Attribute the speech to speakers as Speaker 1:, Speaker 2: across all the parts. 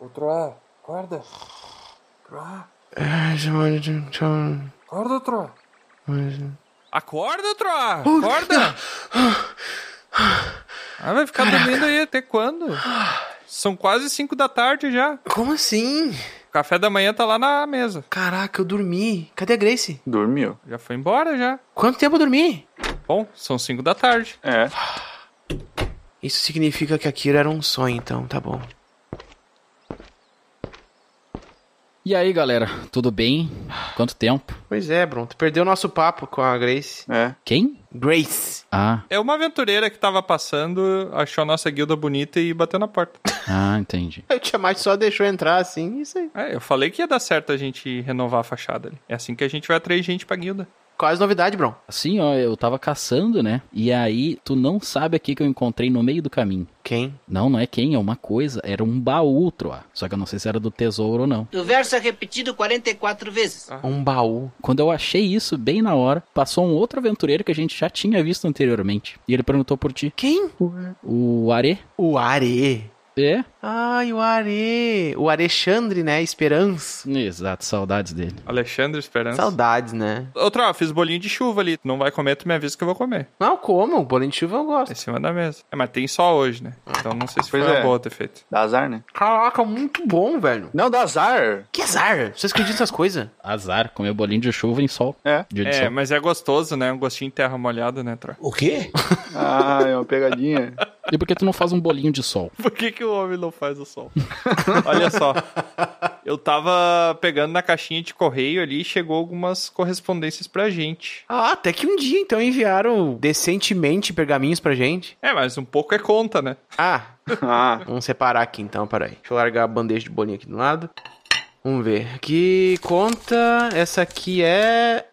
Speaker 1: Ô Troá, acorda. Troá,
Speaker 2: Ai, Simone, tchau, tchau.
Speaker 1: acorda, Troá.
Speaker 2: Mas-
Speaker 3: Acorda, Troá! Acorda! Ah, vai ficar dormindo aí até quando? São quase 5 da tarde já.
Speaker 2: Como assim?
Speaker 3: O café da manhã tá lá na mesa.
Speaker 2: Caraca, eu dormi. Cadê a Grace?
Speaker 4: Dormiu.
Speaker 3: Já foi embora já.
Speaker 2: Quanto tempo eu dormi?
Speaker 3: Bom, são 5 da tarde.
Speaker 4: É.
Speaker 2: Isso significa que aquilo era um sonho, então, tá bom.
Speaker 5: E aí, galera, tudo bem? Quanto tempo?
Speaker 2: Pois é, Bruno, tu perdeu o nosso papo com a Grace.
Speaker 4: É.
Speaker 5: Quem?
Speaker 2: Grace.
Speaker 5: Ah,
Speaker 3: É uma aventureira que tava passando, achou a nossa guilda bonita e bateu na porta.
Speaker 5: ah, entendi.
Speaker 2: Aí O Tiamat só deixou entrar assim, isso aí.
Speaker 3: É, eu falei que ia dar certo a gente renovar a fachada ali. É assim que a gente vai atrair gente pra guilda.
Speaker 2: Quase novidade, Bruno.
Speaker 5: Assim, ó, eu tava caçando, né? E aí, tu não sabe aqui que eu encontrei no meio do caminho.
Speaker 2: Quem?
Speaker 5: Não, não é quem, é uma coisa. Era um baú, Troá. Só que eu não sei se era do tesouro ou não.
Speaker 6: O verso é repetido 44 vezes.
Speaker 2: Um baú.
Speaker 5: Quando eu achei isso, bem na hora, passou um outro aventureiro que a gente já tinha visto anteriormente. E ele perguntou por ti.
Speaker 2: Quem?
Speaker 5: O Are?
Speaker 2: O Are.
Speaker 5: É?
Speaker 2: Ai, o Are. O Alexandre, né? Esperança.
Speaker 5: Exato, saudades dele.
Speaker 3: Alexandre Esperança.
Speaker 2: Saudades, né?
Speaker 3: Ô, Troá, fiz bolinho de chuva ali. Tu não vai comer, tu me avisa que eu vou comer.
Speaker 2: Não, como? Bolinho de chuva eu
Speaker 3: Em
Speaker 2: gosto.
Speaker 3: cima da mesa. É, mas tem sol hoje, né? Então não sei se foi
Speaker 4: Pois
Speaker 3: uma
Speaker 4: é.
Speaker 3: boa ter feito.
Speaker 4: Dá azar, né?
Speaker 2: Caraca, muito bom, velho.
Speaker 4: Não, dá azar.
Speaker 2: Que azar. Vocês acreditam nessas coisas?
Speaker 5: Azar, comer bolinho de chuva em sol.
Speaker 4: É.
Speaker 5: Dia de
Speaker 3: É,
Speaker 5: sol.
Speaker 3: mas é gostoso, né? Um gostinho de terra molhada, né, Troá?
Speaker 7: O quê?
Speaker 4: Ah, é uma pegadinha.
Speaker 5: E por que tu não faz um bolinho de sol?
Speaker 3: Por que, que o homem não faz o sol? Olha só. Eu tava pegando na caixinha de correio ali e chegou algumas correspondências pra gente.
Speaker 2: Ah, até que um dia então enviaram decentemente pergaminhos pra gente.
Speaker 3: É, mas um pouco é conta, né?
Speaker 2: Ah,
Speaker 4: Ah,
Speaker 2: vamos separar aqui então, peraí. Deixa eu largar a bandeja de bolinho aqui do lado. Vamos ver. Aqui conta. Essa aqui é.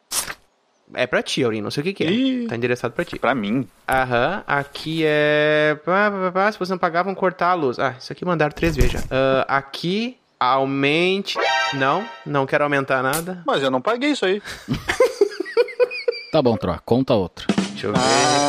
Speaker 2: É pra ti, Aurinho. Não sei o que, que é.
Speaker 4: Ih.
Speaker 2: Tá endereçado pra ti.
Speaker 4: pra mim.
Speaker 2: Aham, aqui é. pá, pá, pá, pá, Se você não pagar, vão cortar a luz. Ah, isso aqui mandaram três vezes já. Ah, aqui, aumente. Não, não quero aumentar nada.
Speaker 4: Mas eu não paguei isso aí.
Speaker 5: Tá bom, Troá, conta outra.
Speaker 2: Deixa eu ver.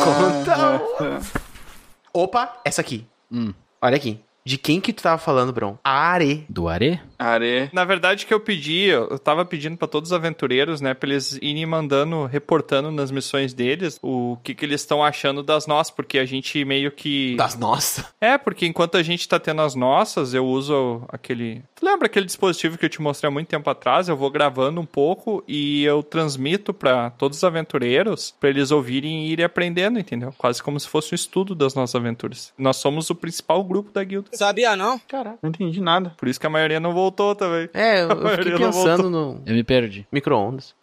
Speaker 2: Conta. Ah. Opa, essa aqui.
Speaker 5: Hum.
Speaker 2: Olha aqui. De quem que tu tava falando, Bron? A Are.
Speaker 5: Do Are?
Speaker 4: Are.
Speaker 3: Na verdade, o que eu pedi, eu eu tava pedindo pra todos os aventureiros, né, pra eles irem mandando, reportando nas missões deles o que, que eles estão achando das nossas, porque a gente meio que.
Speaker 2: Das nossas.
Speaker 3: É, porque enquanto a gente tá tendo as nossas, eu uso aquele. Tu lembra aquele dispositivo que eu te mostrei há muito tempo atrás? Eu vou gravando um pouco e eu transmito pra todos os aventureiros, pra eles ouvirem e irem aprendendo, entendeu? Quase como se fosse um estudo das nossas aventuras. Nós somos o principal grupo da guilda.
Speaker 6: Sabia não?
Speaker 2: Caraca.
Speaker 4: Não entendi nada.
Speaker 3: Por isso que a maioria não voltou também.
Speaker 2: É, eu,
Speaker 3: A
Speaker 2: eu fiquei
Speaker 3: maioria não
Speaker 2: pensando no
Speaker 5: Eu me perdi.
Speaker 2: micro-ondas.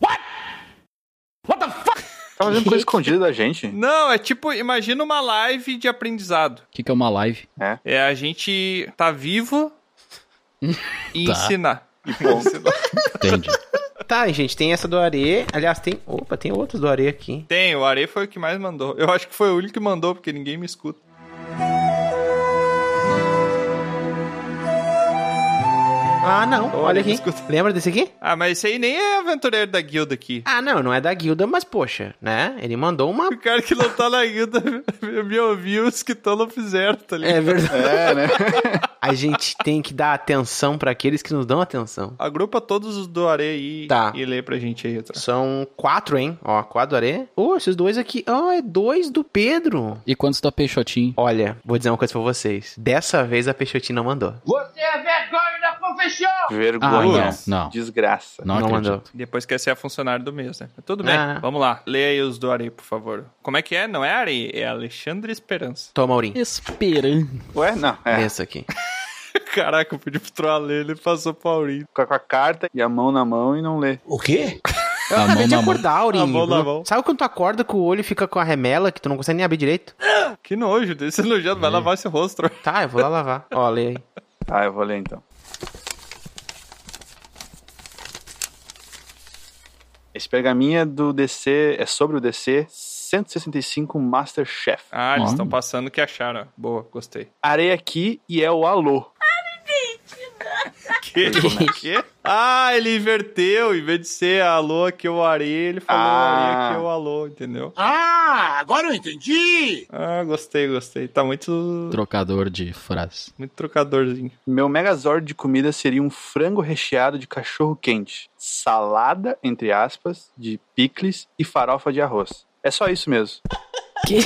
Speaker 4: Tá fazendo coisa escondida da gente.
Speaker 3: Não, é tipo, imagina uma live de aprendizado.
Speaker 5: O que, que é uma live?
Speaker 3: É a gente tá vivo e
Speaker 5: Tá.
Speaker 3: ensinar.
Speaker 5: Entendi.
Speaker 2: Tá, e, gente, tem essa do Are. Aliás, tem. Opa, tem outros do Are aqui.
Speaker 3: Tem, o Are foi o que mais mandou. Eu acho que foi o único que mandou, porque ninguém me escuta.
Speaker 2: Ah, não.
Speaker 3: Olha,
Speaker 2: Olha aqui.
Speaker 3: escuta.
Speaker 2: Lembra desse aqui?
Speaker 3: Ah, mas esse aí nem é aventureiro da guilda aqui.
Speaker 2: Ah, não, não é da guilda, mas poxa, né? Ele mandou uma.
Speaker 3: O cara que não tá na guilda me ouviu, os que estão não fizeram, tá ligado?
Speaker 2: É verdade.
Speaker 4: É, né?
Speaker 2: A gente tem que dar atenção pra aqueles que nos dão atenção.
Speaker 3: Agrupa todos os do Are aí
Speaker 2: Tá.
Speaker 3: e lê pra gente aí. Tá?
Speaker 2: São quatro, hein? Ó, quatro areia. Oh, esses dois aqui. Ó, é dois do Pedro.
Speaker 5: E quantos da Peixotinho?
Speaker 2: Olha, vou dizer uma coisa pra vocês. Dessa vez a Peixotinho não mandou.
Speaker 5: Ah,
Speaker 4: Vergonha.
Speaker 5: não, não.
Speaker 4: Desgraça.
Speaker 5: Não,
Speaker 2: Não
Speaker 5: acredito.
Speaker 2: mandou.
Speaker 3: Depois quer ser a funcionária do mês, né? Mas Tudo bem,
Speaker 2: Ah.
Speaker 3: vamos lá. Lê aí os do Are, por favor. Como é que é? Não é Are, é Alexandre Esperança.
Speaker 2: Toma, Aurim.
Speaker 5: Esperança.
Speaker 4: Ué, não. É.
Speaker 2: Essa aqui.
Speaker 3: Caraca, eu pedi pro Troá ler, ele passou pro Aurinho.
Speaker 4: Fica com a carta e a mão na mão e não lê.
Speaker 7: O quê?
Speaker 2: Eu
Speaker 5: A
Speaker 2: acabei
Speaker 5: mão
Speaker 2: de
Speaker 5: na mão.
Speaker 2: acordar, Aurim.
Speaker 3: A mão na mão.
Speaker 2: Sabe quando tu acorda com o olho e fica com a remela que tu não consegue nem abrir direito?
Speaker 3: Que nojo, desse nojento,
Speaker 2: É.
Speaker 3: vai lavar esse rosto. Troá.
Speaker 2: Tá, eu vou lá lavar. Ó, lê aí.
Speaker 4: Tá, eu vou ler então. Esse pergaminho é do DC, é sobre o DC 165 Masterchef.
Speaker 3: Ah, eles
Speaker 5: Ó.
Speaker 3: estão passando o que acharam. ó. Boa, gostei.
Speaker 4: Areia aqui e é o alô.
Speaker 2: é?
Speaker 3: Que? que? Ah, ele inverteu. Em vez de ser alô aqui é o Ari, ele falou
Speaker 4: Ah.
Speaker 3: Ari aqui é o alô, entendeu?
Speaker 7: Ah, agora eu entendi!
Speaker 3: Ah, gostei, gostei. Tá muito,
Speaker 5: Trocador de frases.
Speaker 3: muito trocadorzinho.
Speaker 4: Meu megazord de comida seria um frango recheado de cachorro quente, salada, entre aspas, de picles e farofa de arroz. É só isso mesmo.
Speaker 5: Que?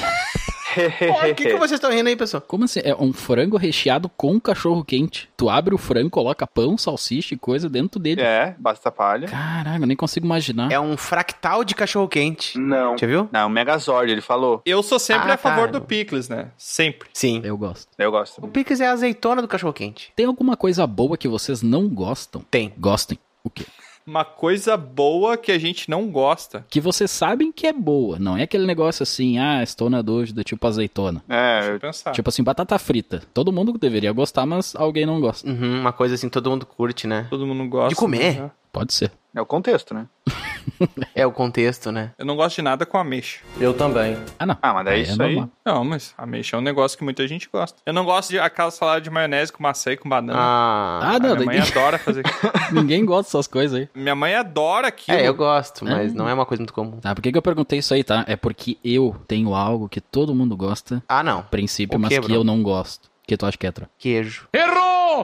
Speaker 2: Por que, que vocês estão rindo aí, pessoal?
Speaker 5: Como assim? É um frango recheado com cachorro quente. Tu abre o frango, coloca pão, salsicha e coisa dentro dele.
Speaker 4: É, basta palha.
Speaker 5: Caraca, eu nem consigo imaginar.
Speaker 2: É um fractal de cachorro-quente.
Speaker 4: Não.
Speaker 2: Já viu?
Speaker 4: Não, Megazord, ele falou.
Speaker 3: Eu sou sempre
Speaker 2: Ah,
Speaker 3: a favor
Speaker 2: tá.
Speaker 3: do Picles, né? Sempre.
Speaker 2: Sim.
Speaker 5: Eu gosto.
Speaker 4: Eu gosto.
Speaker 2: O Pix é a azeitona do cachorro-quente.
Speaker 5: Tem alguma coisa boa que vocês não gostam?
Speaker 2: Tem.
Speaker 5: Gostem. O quê?
Speaker 3: Uma coisa boa que a gente não gosta.
Speaker 5: Que vocês sabem que é boa. Não é aquele negócio assim, ah, estou na dúvida, tipo azeitona.
Speaker 3: Deixa eu
Speaker 4: É,
Speaker 3: pensar.
Speaker 5: Tipo assim, batata frita. Todo mundo deveria gostar, mas alguém não gosta.
Speaker 2: Uhum, uma coisa assim todo mundo curte, né?
Speaker 3: Todo mundo gosta.
Speaker 2: De comer?
Speaker 3: né?
Speaker 5: Pode ser.
Speaker 4: é o contexto, né?
Speaker 2: É o contexto, né?
Speaker 3: Eu não gosto de nada com ameixa.
Speaker 2: Eu também.
Speaker 5: Ah, não.
Speaker 4: Ah, mas daí
Speaker 5: Aí é
Speaker 4: isso aí.
Speaker 5: normal.
Speaker 3: Não, mas ameixa é um negócio que muita gente gosta. Eu não gosto de aquela salada de maionese com maçã e com banana.
Speaker 2: Ah.
Speaker 5: Ah,
Speaker 3: A
Speaker 5: não.
Speaker 3: minha mãe
Speaker 5: Ninguém,
Speaker 3: adora fazer aquilo.
Speaker 5: ninguém gosta dessas coisas aí.
Speaker 3: Minha mãe adora aquilo.
Speaker 2: É, eu gosto, mas
Speaker 5: Ah.
Speaker 3: Hum.
Speaker 2: não é uma coisa muito comum.
Speaker 5: Tá, por que, que eu perguntei isso aí, tá? É porque eu tenho algo que todo mundo gosta,
Speaker 2: Ah, não.
Speaker 5: princípio,
Speaker 2: O
Speaker 5: mas
Speaker 2: quê,
Speaker 5: que
Speaker 2: Bruno?
Speaker 5: eu não gosto. Que tu acha que é, Tro?
Speaker 2: Queijo.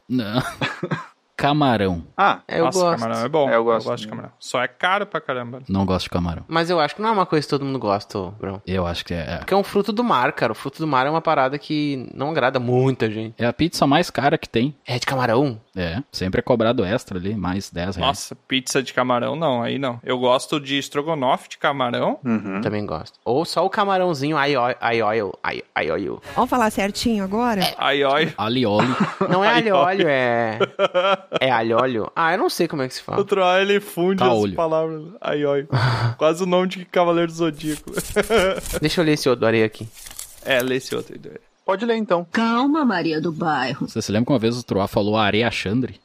Speaker 5: Não. Camarão.
Speaker 4: Ah,
Speaker 2: É, eu
Speaker 3: Nossa,
Speaker 2: gosto.
Speaker 3: camarão é bom.
Speaker 4: É, eu gosto
Speaker 3: de
Speaker 4: também.
Speaker 3: camarão. Só é caro pra caramba.
Speaker 5: Não gosto de camarão.
Speaker 2: Mas eu acho que não é uma coisa que todo mundo gosta, ô, Bruno.
Speaker 5: Eu acho que é.
Speaker 2: Porque é um fruto do mar, cara. O fruto do mar é uma parada que não agrada muita gente.
Speaker 5: É a pizza mais cara que tem.
Speaker 2: É de camarão?
Speaker 5: É. Sempre é cobrado extra ali, mais
Speaker 4: É.
Speaker 5: 10 reais.
Speaker 3: Nossa, pizza de camarão não, aí não. Eu gosto de estrogonofe de camarão.
Speaker 4: uhum.
Speaker 2: Também gosto. Ou só o camarãozinho aioi- aioio. ai- Aioio.
Speaker 8: Vamos falar certinho agora?
Speaker 3: Ai, ai.
Speaker 5: Alioli.
Speaker 2: Não é alho-óleo, é. É alho-óleo? Ah, eu não sei como é que se
Speaker 3: O
Speaker 2: fala.
Speaker 3: Troá, ele funde
Speaker 4: Tá
Speaker 3: as
Speaker 5: Caolho.
Speaker 3: palavras. Ai, ai. Quase o nome de Cavaleiro do Zodíaco.
Speaker 2: Deixa eu ler esse outro areia aqui.
Speaker 3: é, lê esse outro. aí.
Speaker 4: Pode ler então.
Speaker 9: Calma, Maria do Bairro.
Speaker 5: Você se lembra que uma vez o Troá falou areia Chandre?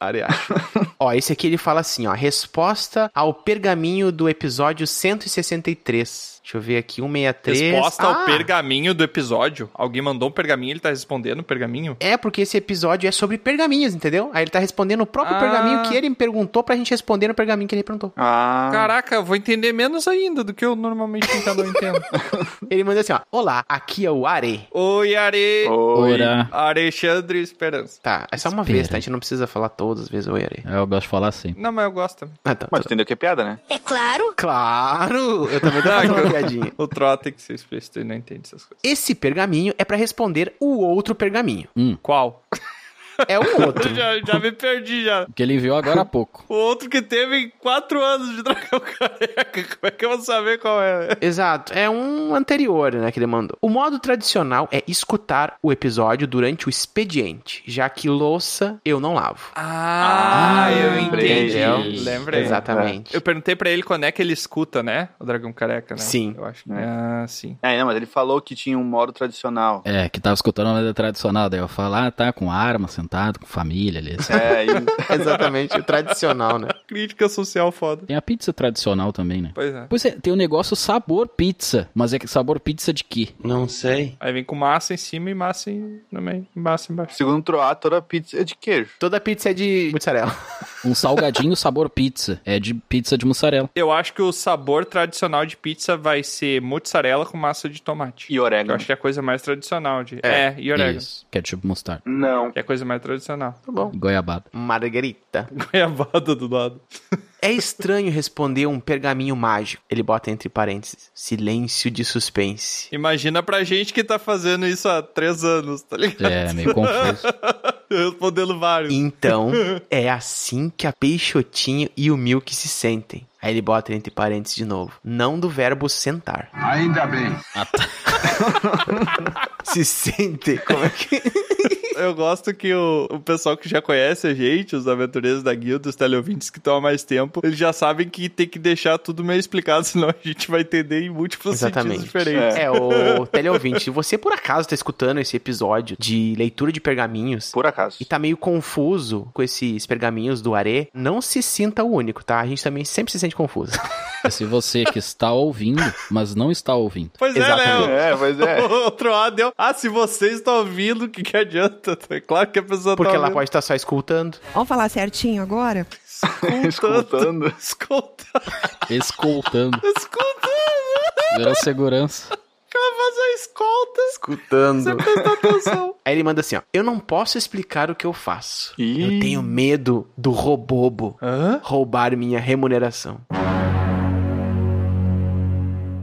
Speaker 2: Ó, esse aqui ele fala assim, ó. Resposta ao pergaminho do episódio 163. Deixa eu ver aqui, 163.
Speaker 3: Resposta
Speaker 2: Ah,
Speaker 3: ao pergaminho do episódio. Alguém mandou um pergaminho, ele tá respondendo o pergaminho?
Speaker 2: É, porque esse episódio é sobre pergaminhos, entendeu? Aí ele tá respondendo o próprio
Speaker 3: Ah.
Speaker 2: pergaminho que ele me perguntou pra gente responder no pergaminho que ele perguntou.
Speaker 4: Ah,
Speaker 3: Caraca, eu vou entender menos ainda do que eu normalmente ainda não entendo.
Speaker 2: Ele mandou assim, ó. Olá, aqui é o Are.
Speaker 3: Oi, Are.
Speaker 4: oi.
Speaker 5: Ora.
Speaker 3: Alexandre Esperança.
Speaker 2: Tá, é só uma
Speaker 5: Espera.
Speaker 2: vez, tá? A gente não precisa falar todas as vezes oi, Are.
Speaker 5: É, Eu gosto de falar assim.
Speaker 3: Não, mas eu gosto também.
Speaker 2: Ah, tá.
Speaker 4: Mas tu entendeu que é piada, né?
Speaker 9: É claro.
Speaker 2: Claro! Eu também tô fazendo uma piadinha.
Speaker 3: O Troá tem que ser explícito, ele não entende essas coisas.
Speaker 2: Esse pergaminho é pra responder o outro pergaminho.
Speaker 3: Qual?
Speaker 2: É o outro.
Speaker 3: já, já me perdi, já.
Speaker 5: Porque ele enviou agora há pouco.
Speaker 3: O outro que teve quatro anos de Dragão Careca. Como é que eu vou saber qual é?
Speaker 2: Exato, é um anterior, né, que ele mandou. O modo tradicional é escutar o episódio durante o expediente, já que louça eu não lavo.
Speaker 3: Ah,
Speaker 4: eu entendi.
Speaker 3: Lembrei.
Speaker 2: É Exatamente.
Speaker 3: Eu perguntei pra ele quando é que ele escuta, né? O Dragão Careca, né?
Speaker 2: Sim.
Speaker 3: Eu acho. que- Ah, sim.
Speaker 4: É, não, mas ele falou que tinha um modo tradicional.
Speaker 5: É, que tava escutando a maneira tradicional. Daí eu falo, ah, tá, com arma, sentado, com família ali. sabe?
Speaker 4: É, e
Speaker 2: Exatamente, o tradicional, né?
Speaker 3: Crítica social foda.
Speaker 5: Tem a pizza tradicional também, né?
Speaker 3: Pois é.
Speaker 5: Pois é, tem o negócio sabor pizza. Mas é que sabor pizza de quê?
Speaker 2: Não sei.
Speaker 3: Aí vem com massa em cima e massa em... no meio. e Massa embaixo.
Speaker 4: segundo o Troá, toda pizza é de queijo.
Speaker 2: Toda pizza é de mussarela.
Speaker 5: Um salgadinho sabor pizza. É de pizza de mussarela.
Speaker 3: Eu acho que o sabor tradicional de pizza vai ser mozzarella com massa de tomate.
Speaker 4: E
Speaker 3: Eu
Speaker 4: orégano.
Speaker 3: acho que é a coisa mais tradicional de...
Speaker 2: É.
Speaker 3: É, e orégano.
Speaker 5: Isso. Que é tipo mostarda.
Speaker 4: Não.
Speaker 3: Que é a coisa mais tradicional.
Speaker 2: Tá bom.
Speaker 5: Goiabada.
Speaker 2: Margarita.
Speaker 3: Goiabada do lado.
Speaker 2: É estranho responder um pergaminho mágico. Ele bota entre parênteses, silêncio de suspense.
Speaker 3: Imagina pra gente que tá fazendo isso há três anos, tá ligado?
Speaker 5: É, meio confuso.
Speaker 2: É.
Speaker 3: Respondendo vários.
Speaker 2: Então, é assim que a Peixotinho e o Milk se sentem. Aí ele bota entre parênteses de novo. Não do verbo sentar.
Speaker 7: Ainda bem.
Speaker 2: Se sentem. Como é que.
Speaker 3: Eu gosto que o, o pessoal que já conhece a gente, os aventureiros da guilda, os teleouvintes que estão há mais tempo, eles já sabem que tem que deixar tudo meio explicado, senão a gente vai entender em múltiplos
Speaker 2: Exatamente.
Speaker 3: sentidos diferentes.
Speaker 2: É, o teleouvinte, se você por acaso tá escutando esse episódio de leitura de pergaminhos
Speaker 4: Por acaso.
Speaker 2: e tá meio confuso com esses pergaminhos do Are, não se sinta o único, tá? A gente também sempre se sente confuso.
Speaker 5: É se você que está ouvindo, mas não está ouvindo.
Speaker 3: Pois é,
Speaker 2: Exatamente.
Speaker 3: Léo.
Speaker 4: É, pois é.
Speaker 3: Outro A deu. Ah, se vocês estão ouvindo, o que, que adianta? É claro que a pessoa
Speaker 2: Porque
Speaker 3: tá
Speaker 2: ela
Speaker 3: ouvindo.
Speaker 2: pode estar só escutando.
Speaker 8: Vamos falar certinho agora?
Speaker 3: Escoltando.
Speaker 4: Escutando.
Speaker 3: Escoltando.
Speaker 5: Escoltando.
Speaker 3: Escoltando.
Speaker 5: Virou segurança.
Speaker 3: Ela faz a escolta. Você
Speaker 2: Escutando.
Speaker 3: presta atenção.
Speaker 2: Aí ele manda assim, ó. Eu não posso explicar o que eu faço.
Speaker 4: Ih.
Speaker 2: Eu tenho medo do robobo
Speaker 3: Hã?
Speaker 2: roubar minha remuneração.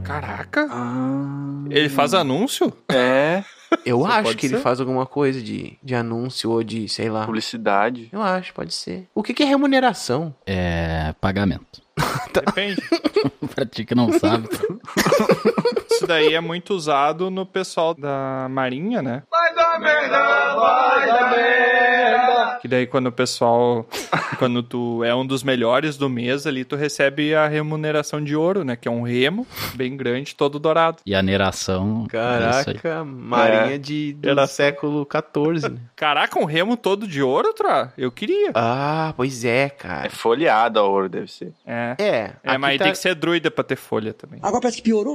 Speaker 3: Caraca.
Speaker 4: Ah,
Speaker 3: Ele faz anúncio?
Speaker 4: é.
Speaker 2: Eu
Speaker 3: Só
Speaker 2: acho
Speaker 3: pode
Speaker 2: que ele
Speaker 3: ser.
Speaker 2: faz alguma coisa de, de anúncio ou de, sei lá.
Speaker 4: Publicidade.
Speaker 2: Eu acho, pode ser. O que, que é remuneração?
Speaker 5: É. Pagamento.
Speaker 3: Tá. Depende.
Speaker 5: pra ti que não sabe.
Speaker 3: Isso daí é muito usado no pessoal da Marinha, né? Que daí quando o pessoal, quando tu é um dos melhores do mês ali, tu recebe a remuneração de ouro, né? Que é um remo bem grande, todo dourado.
Speaker 5: E a neração. é isso aí.
Speaker 2: Caraca, marinha de, do
Speaker 3: Era-
Speaker 2: século XIV, né?
Speaker 3: Caraca, um remo todo de ouro, Tra? Eu queria.
Speaker 2: Ah, pois é,
Speaker 4: É
Speaker 2: cara.
Speaker 4: folheada a ouro, deve ser.
Speaker 3: É.
Speaker 2: É,
Speaker 3: É,
Speaker 2: aqui
Speaker 3: mas aí
Speaker 2: tá-
Speaker 3: tem que ser druida pra ter folha também.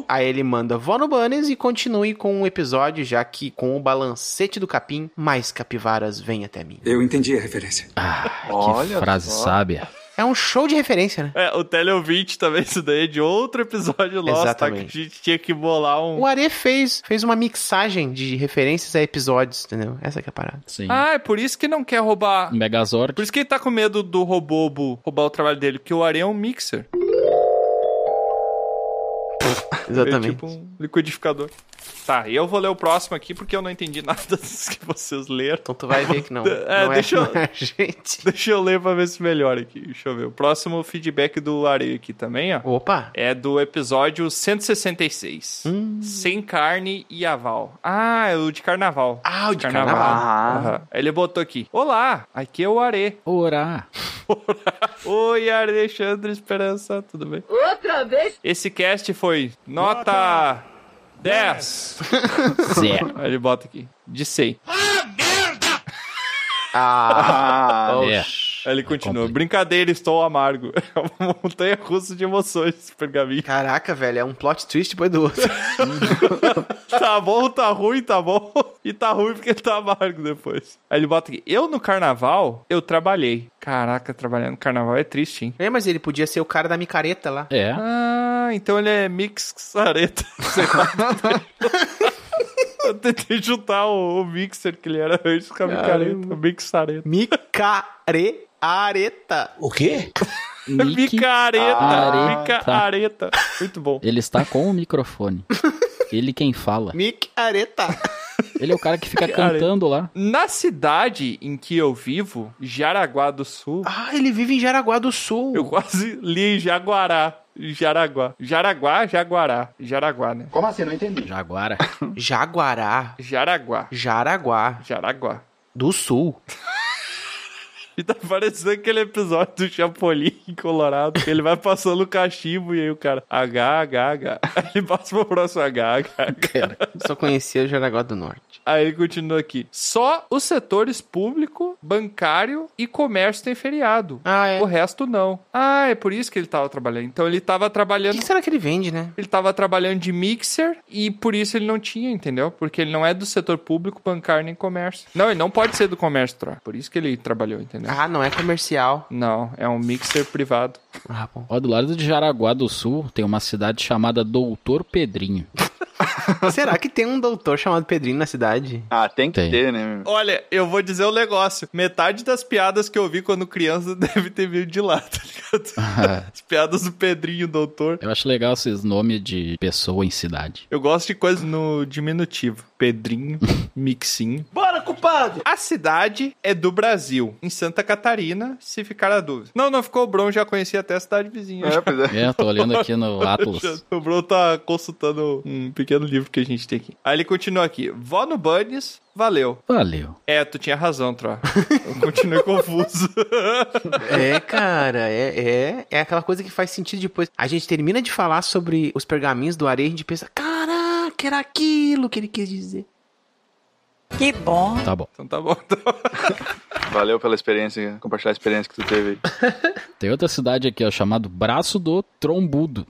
Speaker 2: Aí ele manda vó no Bunnies e continue com o episódio, já que com o balancete do capim, mais capivaras vêm até mim.
Speaker 10: Eu entendi a referência.
Speaker 5: Ah, que
Speaker 4: Olha
Speaker 5: frase
Speaker 4: só.
Speaker 5: sábia.
Speaker 2: É um show de referência, né?
Speaker 3: É, o teleouvinte também, isso daí é de outro episódio Lost, tá? Que a
Speaker 2: Exatamente.
Speaker 3: gente tinha que bolar um...
Speaker 2: O Are fez, fez uma mixagem de referências a episódios, entendeu? Essa que é a parada.
Speaker 5: Sim.
Speaker 3: Ah, é por isso que não quer roubar
Speaker 5: Megazord.
Speaker 3: Por isso que ele tá com medo do Robobo roubar o trabalho dele, que o Are é um mixer.
Speaker 2: Exatamente.
Speaker 3: É tipo um liquidificador. Tá, eu vou ler o próximo aqui porque eu não entendi nada dos que vocês leram.
Speaker 2: Então tu vai ver que não.
Speaker 3: É,
Speaker 2: não
Speaker 3: deixa
Speaker 2: é,
Speaker 3: eu-
Speaker 2: não é a gente.
Speaker 3: Deixa eu ler pra ver se melhora aqui. Deixa eu ver. O próximo feedback do Are aqui também, ó.
Speaker 2: Opa!
Speaker 3: É do episódio 166.
Speaker 2: Hum.
Speaker 3: Sem carne e aval. Ah, é o de carnaval.
Speaker 2: Ah, o de carnaval.
Speaker 4: Ah,
Speaker 3: Aham. Ele botou aqui. Olá, aqui é o Are.
Speaker 5: Orar.
Speaker 3: Oi, Alexandre Esperança, tudo bem? Outra vez? Esse cast foi nota 10.
Speaker 5: Zé.
Speaker 3: Aí ele bota aqui, de 100.
Speaker 2: Ah,
Speaker 4: ah,
Speaker 5: É.
Speaker 3: Aí ele continua,
Speaker 5: complicado.
Speaker 3: brincadeira, estou amargo. É uma montanha russa de emoções esse pergaminho.
Speaker 2: Caraca, velho, é um plot twist depois do outro.
Speaker 3: Tá bom, tá ruim, tá bom. E tá ruim porque tá amargo depois. Aí ele bota aqui, eu no carnaval, eu trabalhei. Caraca, trabalhar no carnaval é triste, hein?
Speaker 2: É, mas ele podia ser o cara da micareta lá.
Speaker 5: É.
Speaker 3: Ah, então ele é mix sareta. Sei lá. Eu tentei juntar o, o mixer que ele era antes com a micareta. Mix sareta.
Speaker 2: Micareta.
Speaker 7: O quê?
Speaker 5: Mickey,
Speaker 3: Micareta.
Speaker 5: Areta.
Speaker 3: Micareta. Muito bom.
Speaker 5: Ele está com o microfone. Ele quem fala.
Speaker 2: Micareta.
Speaker 5: Ele é o cara que fica
Speaker 3: Cara,
Speaker 5: cantando lá.
Speaker 3: Na cidade em que eu vivo, Jaraguá do Sul,
Speaker 2: Ah, ele vive em Jaraguá do Sul.
Speaker 3: eu quase li Jaguará. Jaraguá. Jaraguá, Jaguará. Jaraguá, né?
Speaker 7: Como assim? Não entendi.
Speaker 5: Jaguara.
Speaker 2: Jaguará.
Speaker 3: Jaraguá.
Speaker 2: Jaraguá
Speaker 3: Jaraguá.
Speaker 2: do Sul.
Speaker 3: E tá parecendo aquele episódio do Chapolin em Colorado. que Ele vai passando o cachimbo e aí o cara. H, H, H. Aí ele passa pro próximo H, H, H.
Speaker 2: Só conhecia Jaraguá do Norte.
Speaker 3: Aí ele continua aqui. Só os setores público, bancário e comércio tem feriado.
Speaker 2: Ah, é.
Speaker 3: O resto não. Ah, é por isso que ele tava trabalhando. Então ele tava
Speaker 2: O
Speaker 3: trabalhando.
Speaker 2: que será que ele vende, né?
Speaker 3: Ele tava trabalhando de mixer e por isso ele não tinha, entendeu? Porque ele não é do setor público, bancário nem comércio. Não, ele não pode ser do comércio, Tro. Por isso que ele trabalhou, entendeu?
Speaker 2: Ah, não é comercial.
Speaker 3: Não, é um mixer privado.
Speaker 2: Ah, bom.
Speaker 5: Ó, do lado de Jaraguá do Sul tem uma cidade chamada Doutor Pedrinho.
Speaker 2: Será que tem um doutor chamado Pedrinho na cidade?
Speaker 4: ah, tem que
Speaker 5: Tem.
Speaker 4: ter, né? meu?
Speaker 3: Olha, eu vou dizer um negócio. Metade das piadas que eu vi quando criança deve ter vindo de lá, tá ligado? As piadas do Pedrinho, doutor.
Speaker 5: Eu acho legal esses nomes de pessoa em cidade.
Speaker 3: Eu gosto de coisas no diminutivo. Pedrinho, Mixinho.
Speaker 7: Bora, culpado!
Speaker 3: A cidade é do Brasil, em Santa Catarina, se ficar a dúvida. Não, não ficou o Bron, já conhecia até a cidade vizinha.
Speaker 4: É, pois é.
Speaker 5: É, eu tô olhando aqui no Atlas.
Speaker 3: O Bruno tá consultando um pequeno livro que a gente tem aqui. Aí ele continua aqui. Vó no Bunnies, valeu.
Speaker 5: Valeu.
Speaker 3: É, tu tinha razão, Tro. Eu continuei confuso.
Speaker 2: É, cara, é, é, é aquela coisa que faz sentido depois. A gente termina de falar sobre os pergaminhos do areia e a gente pensa, caraca, era aquilo que ele quis dizer.
Speaker 11: Que bom.
Speaker 5: Tá bom.
Speaker 3: Então tá bom.
Speaker 4: é. Valeu pela experiência, compartilhar a experiência que tu teve.
Speaker 5: Tem outra cidade aqui, ó, chamado Braço do Trombudo.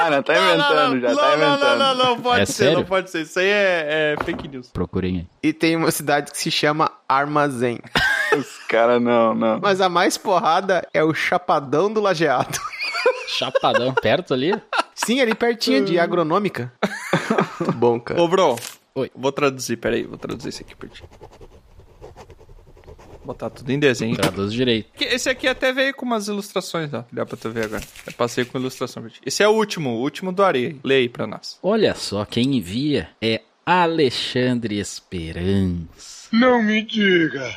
Speaker 4: Ah, não, tá inventando já, tá
Speaker 3: não, não,
Speaker 4: inventando.
Speaker 3: não, não, pode
Speaker 5: É
Speaker 3: ser,
Speaker 5: sério?
Speaker 3: não pode ser. Isso aí é, é fake news.
Speaker 5: Procurem aí.
Speaker 2: E tem uma cidade que se chama Armazém.
Speaker 4: Os caras não, não.
Speaker 2: Mas a mais porrada é o Chapadão do Lajeado.
Speaker 5: Chapadão, perto ali.
Speaker 2: Sim, ali pertinho de agronômica. Muito Hum. bom, cara.
Speaker 3: Ô, bro.
Speaker 5: Oi.
Speaker 3: Vou traduzir, peraí. Vou traduzir isso aqui pra ti. Botar tudo em desenho. então.
Speaker 5: Traduz direito.
Speaker 3: Que- Esse aqui até veio com umas ilustrações, ó. Dá pra tu ver agora. Eu passei com ilustração pra ti. Esse é o último, o último do Areia. Leia aí pra nós.
Speaker 5: Olha só, quem envia é Alexandre Esperança.
Speaker 7: Não me diga.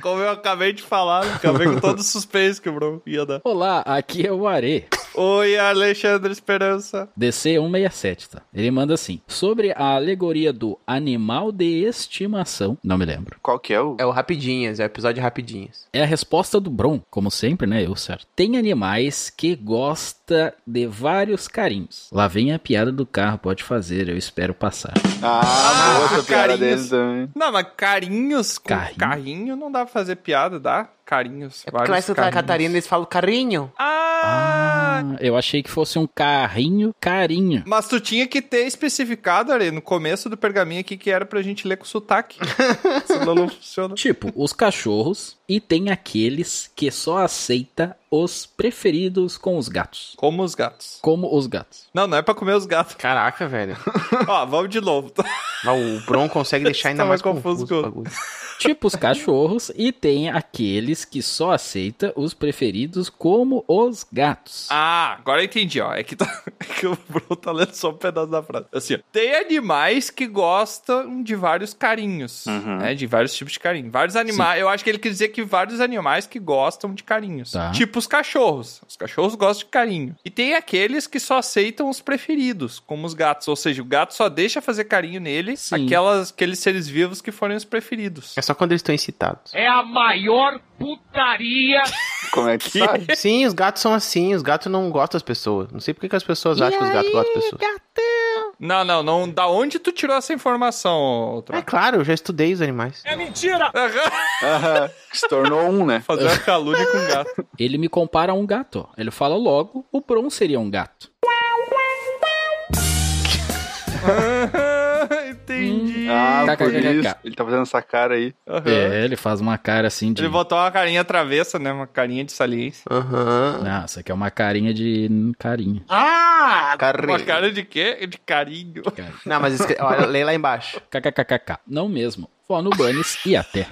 Speaker 3: Como eu acabei de falar, acabei com todo o suspense que o Bro ia dar.
Speaker 5: Olá, aqui é o Are.
Speaker 3: Oi, Alexandre Esperança.
Speaker 5: DC 167, tá? Ele manda assim: sobre a alegoria do animal de estimação. Não me lembro.
Speaker 4: Qual que é o.
Speaker 2: É o Rapidinhas, é o episódio de Rapidinhas.
Speaker 5: É a resposta do Bron, como sempre, né? Eu, certo. Tem animais que gosta de vários carinhos. Lá vem a piada do carro, pode fazer, eu espero passar.
Speaker 4: Ah, boa essa piada
Speaker 3: carinhos.
Speaker 4: dele também.
Speaker 3: Não, mas carinhos com
Speaker 5: Carrinho?
Speaker 3: carrinho, não dá pra fazer piada, dá? Carinhos.
Speaker 2: É porque lá em Santa
Speaker 3: carinhos.
Speaker 2: Catarina eles falam carinho.
Speaker 3: Ah!
Speaker 5: Ah, eu achei que fosse um carrinho, carinho.
Speaker 3: Mas tu tinha que ter especificado, Ari, no começo do pergaminho aqui, que era pra gente ler com sotaque. Senão não funciona.
Speaker 5: Tipo, os cachorros e tem aqueles que só aceita os preferidos com os gatos.
Speaker 3: Como os gatos.
Speaker 5: Como os gatos.
Speaker 3: Não, não é pra comer os gatos.
Speaker 2: Caraca, velho.
Speaker 3: Ó, vamos de novo.
Speaker 2: Mas o Bron consegue deixar ainda
Speaker 3: Tava
Speaker 2: mais
Speaker 3: confuso
Speaker 2: confuso.
Speaker 3: com-
Speaker 2: o bagulho.
Speaker 5: Tipo os cachorros e tem aqueles que só aceita os preferidos como os gatos.
Speaker 3: Ah, agora eu entendi, ó. É que, tá- é que o Bruno tá lendo só um pedaço da frase. Assim, ó, tem animais que gostam de vários carinhos,
Speaker 5: Uhum.
Speaker 3: né? De vários tipos de carinho. Vários animais. Eu acho que ele quer dizer que vários animais que gostam de carinhos.
Speaker 5: Tá.
Speaker 3: Tipo os cachorros. Os cachorros gostam de carinho. E tem aqueles que só aceitam os preferidos, como os gatos. Ou seja, o gato só deixa fazer carinho nele
Speaker 5: Sim.
Speaker 3: aquelas, aqueles seres vivos que forem os preferidos.
Speaker 2: É só quando eles estão excitados.
Speaker 7: É a maior putaria.
Speaker 4: Como é que, sabe?
Speaker 2: Sim, os gatos são assim. Os gatos não gostam das pessoas. Não sei por que que as pessoas acham que os gatos gostam das pessoas.
Speaker 3: Não, não, não. Da onde tu tirou essa informação, outro?
Speaker 2: É claro, eu já estudei os animais.
Speaker 4: Aham. Se tornou um, né?
Speaker 3: Fazer uma calúnia com gato.
Speaker 5: Ele me compara a um gato, ó. Ele fala logo, o Bron seria um gato.
Speaker 3: Entendi.
Speaker 4: Ah,
Speaker 5: Tá,
Speaker 4: por
Speaker 5: tá, tá, tá,
Speaker 4: isso.
Speaker 5: tá.
Speaker 4: Ele tá fazendo essa cara aí.
Speaker 3: Aham.
Speaker 5: É, ele faz uma cara assim de.
Speaker 3: Ele botou uma carinha travessa, né? Uma carinha de saliência.
Speaker 2: Aham.
Speaker 5: Ah, isso aqui é uma carinha de. carinho.
Speaker 7: Ah,
Speaker 3: Uma
Speaker 2: Carrinho.
Speaker 3: cara de quê? De carinho.
Speaker 5: Carinho.
Speaker 2: Não, mas escre... olha, lê lá embaixo.
Speaker 5: KKKKK. Não mesmo. Vó no Bunnies e até.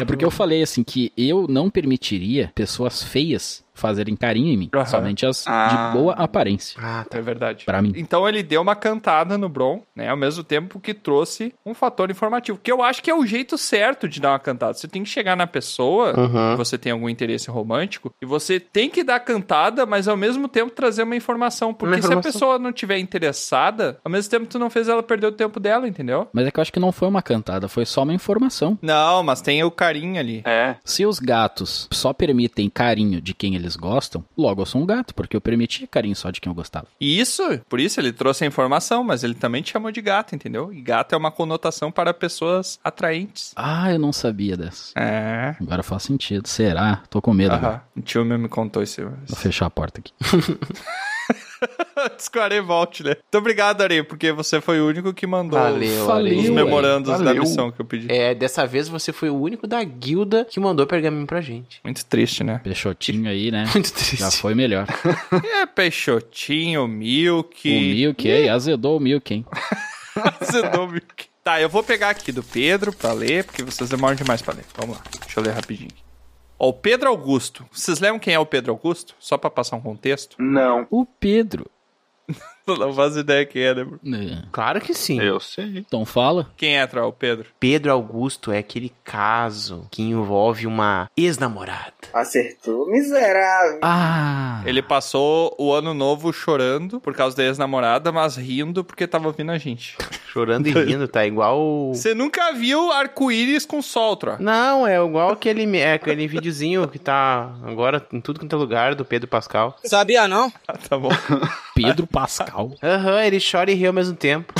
Speaker 5: É porque eu falei assim que eu não permitiria pessoas feias fazerem carinho em mim.
Speaker 3: Aham.
Speaker 5: Somente as
Speaker 4: Ah.
Speaker 5: de boa aparência.
Speaker 2: Ah, tá.
Speaker 3: É verdade.
Speaker 5: Pra mim.
Speaker 3: Então ele deu uma cantada no Bron, né? Ao mesmo tempo que trouxe um fator informativo. Que eu acho que é o jeito certo de dar uma cantada. Você tem que chegar na pessoa,
Speaker 2: Uhum.
Speaker 3: que você tem algum interesse romântico, e você tem que dar cantada, mas ao mesmo tempo trazer uma informação. Porque se a
Speaker 2: informação.
Speaker 3: pessoa não tiver interessada, ao mesmo tempo tu não fez ela perder o tempo dela, entendeu?
Speaker 5: Mas é que eu acho que não foi uma cantada, foi só uma informação.
Speaker 3: Não, mas tem o carinho ali.
Speaker 4: É.
Speaker 5: Se os gatos só permitem carinho de quem eles gostam, logo eu sou um gato, porque eu permiti carinho só de quem eu gostava.
Speaker 3: E isso, por isso ele trouxe a informação, mas ele também te chamou de gato, entendeu? E gato é uma conotação para pessoas atraentes.
Speaker 5: Ah, eu não sabia dessa.
Speaker 3: É.
Speaker 5: Agora faz sentido. Será? Tô com medo agora.
Speaker 3: Aham. O tio meu me contou isso.
Speaker 5: Vou fechar a porta aqui.
Speaker 3: Antes que o Arê volte, né? Muito obrigado, Arê, porque você foi o único que mandou
Speaker 2: Valeu,
Speaker 5: falei,
Speaker 3: os
Speaker 5: ué.
Speaker 2: Ari.
Speaker 3: memorandos da
Speaker 4: Valeu.
Speaker 3: missão que eu pedi.
Speaker 2: É, dessa vez você foi o único da guilda que mandou pergaminho pra gente.
Speaker 3: Muito triste, né?
Speaker 5: Peixotinho aí, né?
Speaker 2: Muito triste.
Speaker 5: Já foi melhor.
Speaker 3: É Peixotinho, Milk.
Speaker 5: O Milk, aí, azedou o Milk, hein?
Speaker 3: Você não, Milk. Tá, eu vou pegar aqui do Pedro pra ler, porque vocês demoram demais pra ler. Vamos lá, deixa eu ler rapidinho. Ó, o Pedro Augusto. Vocês lembram quem é o Pedro Augusto? Só pra passar um contexto.
Speaker 4: Não.
Speaker 5: O Pedro.
Speaker 3: Tu não faz ideia quem é, né? bro?
Speaker 5: né?
Speaker 2: Claro que sim.
Speaker 4: Eu sei.
Speaker 5: Então fala.
Speaker 3: Quem é, Troll? Pedro?
Speaker 2: Pedro Augusto é aquele caso que envolve uma ex-namorada.
Speaker 6: Acertou, miserável.
Speaker 5: Ah!
Speaker 3: Ele passou o ano novo chorando por causa da ex-namorada, mas rindo porque tava ouvindo a gente.
Speaker 2: Chorando e rindo, tá igual. o-
Speaker 3: Você nunca viu arco-íris com sol, Troll?
Speaker 2: Não, é igual aquele, é aquele videozinho que tá agora em tudo quanto é lugar do Pedro Pascal.
Speaker 6: Sabia não?
Speaker 3: Ah, tá bom.
Speaker 5: Pedro Pascal.
Speaker 2: Aham, ele chora e ri ao mesmo tempo.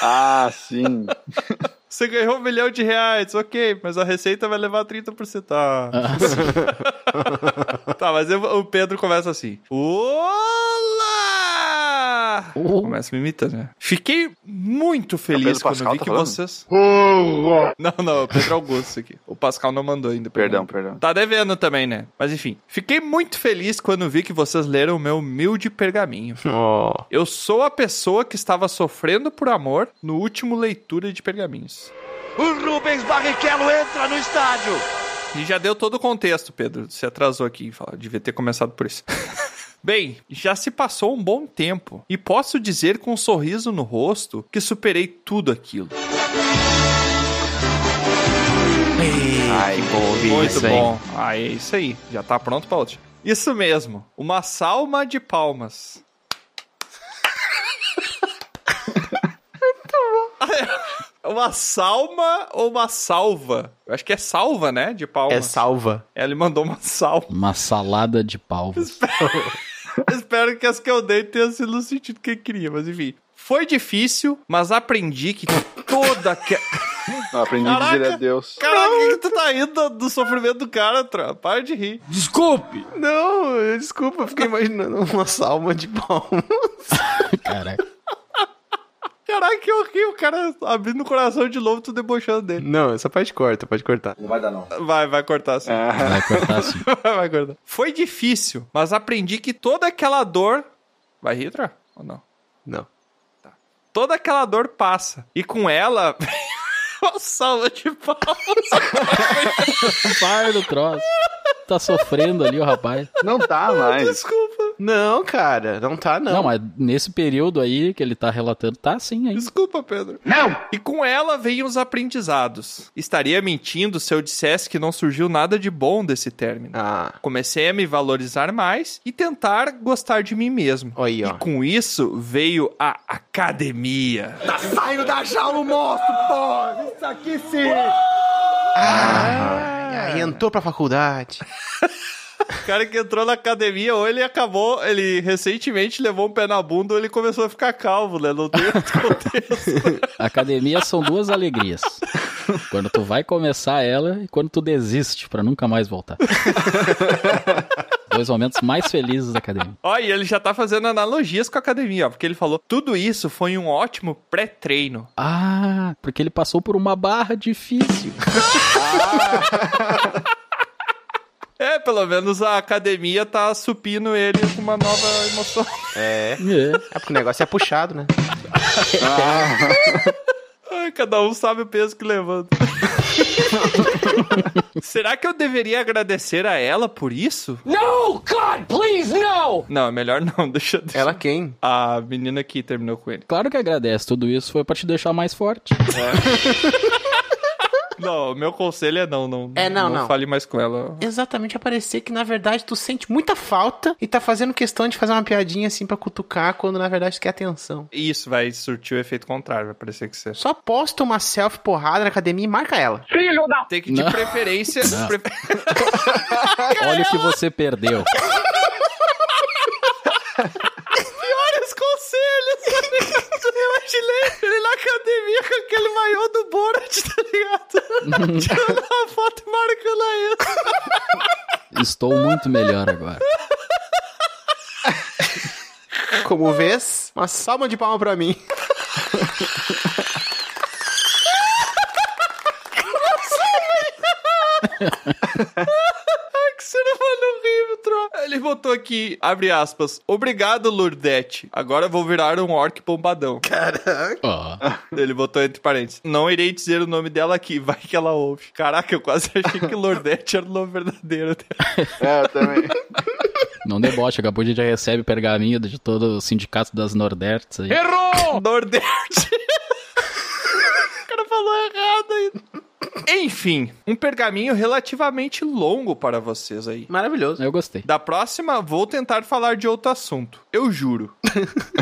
Speaker 4: Ah, sim.
Speaker 3: Você ganhou um milhão de reais, ok, mas a receita vai levar 30%. Ah.
Speaker 5: Ah, sim.
Speaker 3: Tá, mas eu- o Pedro começa assim. Olá! Começa me imitando, né? Fiquei muito
Speaker 4: É o
Speaker 3: feliz
Speaker 4: Pedro
Speaker 3: quando
Speaker 4: Pascal
Speaker 3: vi
Speaker 4: tá
Speaker 3: que
Speaker 4: falando?
Speaker 3: vocês. Não, não, é o Pedro Augusto aqui. O Pascal não mandou ainda.
Speaker 4: Perdão, perdão.
Speaker 3: Tá devendo também, né? Mas enfim, fiquei muito feliz quando vi que vocês leram o meu humilde pergaminho.
Speaker 2: Ó.
Speaker 3: Eu sou a pessoa que estava sofrendo por amor no último leitura de pergaminhos. O Rubens Barrichello entra no estádio! E já deu todo o contexto, Pedro. Você atrasou aqui, fala, devia ter começado por isso. Bem, já se passou um bom tempo e posso dizer com um sorriso no rosto que superei tudo aquilo.
Speaker 4: Ai,
Speaker 3: Muito
Speaker 2: isso aí.
Speaker 3: bom. Ah, é isso aí. Já tá pronto pra outra. Isso mesmo. Uma salma de palmas. Muito bom. Uma salma ou uma salva? Eu acho que é salva, né? De palmas.
Speaker 2: É salva.
Speaker 3: Ela me mandou uma salva.
Speaker 5: Uma salada de palmas.
Speaker 3: Espero que as que eu dei tenham sido no sentido que eu queria, mas enfim. Foi difícil, mas aprendi que toda. Que...
Speaker 4: Não, aprendi a dizer
Speaker 3: Caraca.
Speaker 4: adeus.
Speaker 3: Caraca, o que que tu tá indo do sofrimento do cara, Tro? Para de rir.
Speaker 5: Desculpe!
Speaker 2: Não, eu- desculpa, eu fiquei imaginando uma salva de palma.
Speaker 5: Caraca.
Speaker 3: Caraca, que horrível, o cara abrindo o coração de novo, tu debochando dele.
Speaker 2: Não, essa parte corta, pode cortar.
Speaker 6: Não vai dar, não.
Speaker 3: Vai, vai cortar assim.
Speaker 4: Ah,
Speaker 5: Vai cortar assim.
Speaker 3: vai cortar. Foi difícil, mas aprendi que toda aquela dor. Vai rir, Tra? Ou não?
Speaker 2: Não.
Speaker 3: Toda aquela dor passa. E com ela. Uma salva de palmas.
Speaker 5: Par do troço. Tá sofrendo ali o rapaz.
Speaker 4: não dá mais.
Speaker 3: Desculpa.
Speaker 2: Não, cara, não tá,
Speaker 5: Não.
Speaker 2: não.
Speaker 5: mas nesse período aí que ele tá relatando, tá sim aí.
Speaker 3: Desculpa, Pedro.
Speaker 7: Não!
Speaker 3: E com ela vêm os aprendizados. Estaria mentindo se eu dissesse que não surgiu nada de bom desse término.
Speaker 2: Ah,
Speaker 3: Comecei a me valorizar mais e tentar gostar de mim mesmo.
Speaker 2: Olha aí,
Speaker 3: e
Speaker 2: ó.
Speaker 3: com isso veio a academia.
Speaker 1: Saindo da jaula, monstro, pô! Isso aqui sim!
Speaker 2: Ah, aí entrou pra faculdade.
Speaker 3: O cara que entrou na academia, ou ele acabou, ele recentemente levou um pé na bunda, ou ele começou a ficar calvo, né? Não tem outro contexto.
Speaker 5: Academia são duas alegrias. Quando tu vai começar ela e quando tu desiste pra nunca mais voltar. Dois momentos mais felizes da academia.
Speaker 3: Olha, e ele já tá fazendo analogias com a academia, ó, porque ele falou: tudo isso foi um ótimo pré-treino.
Speaker 5: Ah, porque ele passou por uma barra difícil.
Speaker 3: É, pelo menos a academia tá supindo ele com uma nova emoção.
Speaker 2: É.
Speaker 5: É.
Speaker 2: É porque o negócio é puxado, né?
Speaker 3: Ai, cada um sabe o peso que levanta. Será que eu deveria agradecer a ela por isso?
Speaker 7: No, God, please, no!
Speaker 3: Não, é melhor não, deixa, deixa.
Speaker 2: Ela quem?
Speaker 3: A menina que terminou com ele.
Speaker 5: Claro que agradece, tudo isso foi pra te deixar mais forte.
Speaker 3: Não, o meu conselho é não, não.
Speaker 2: É, não, não.
Speaker 3: fale mais com ela.
Speaker 2: Exatamente, aparecer que na verdade tu sente muita falta e tá fazendo questão de fazer uma piadinha assim pra cutucar quando na verdade tu quer atenção.
Speaker 3: Isso vai surtir o efeito contrário, vai parecer que você.
Speaker 2: Só posta uma selfie porrada na academia e marca ela.
Speaker 7: Filho da...
Speaker 3: Tem que de
Speaker 5: Não.
Speaker 3: preferência.
Speaker 5: Não.
Speaker 3: prefe-
Speaker 5: Olha o que você perdeu.
Speaker 3: Vários conselhos, tá ligado? Eu imaginei ele na academia com aquele maiô do Borat, tá ligado? Tirando uma foto e marcando a ele.
Speaker 5: Estou muito melhor agora.
Speaker 2: Como vês, uma salva de palma pra mim.
Speaker 3: Que ser humano horrível, tro. Ele botou aqui, abre aspas, obrigado, Lurdete. Agora vou virar um orc bombadão.
Speaker 5: Ó,
Speaker 3: Ele botou entre parênteses. Não irei dizer o nome dela aqui, vai que ela ouve. Caraca, eu quase achei que Lordete era o nome verdadeiro dela.
Speaker 4: É, eu também.
Speaker 5: não deboche, acabou de já recebe pergaminho de todo o sindicato das Nordertes aí.
Speaker 3: Lordete! o cara falou errado ainda. Enfim, um pergaminho relativamente longo para vocês aí.
Speaker 2: Maravilhoso.
Speaker 5: Eu gostei.
Speaker 3: Da próxima, vou tentar falar de outro assunto. Eu juro.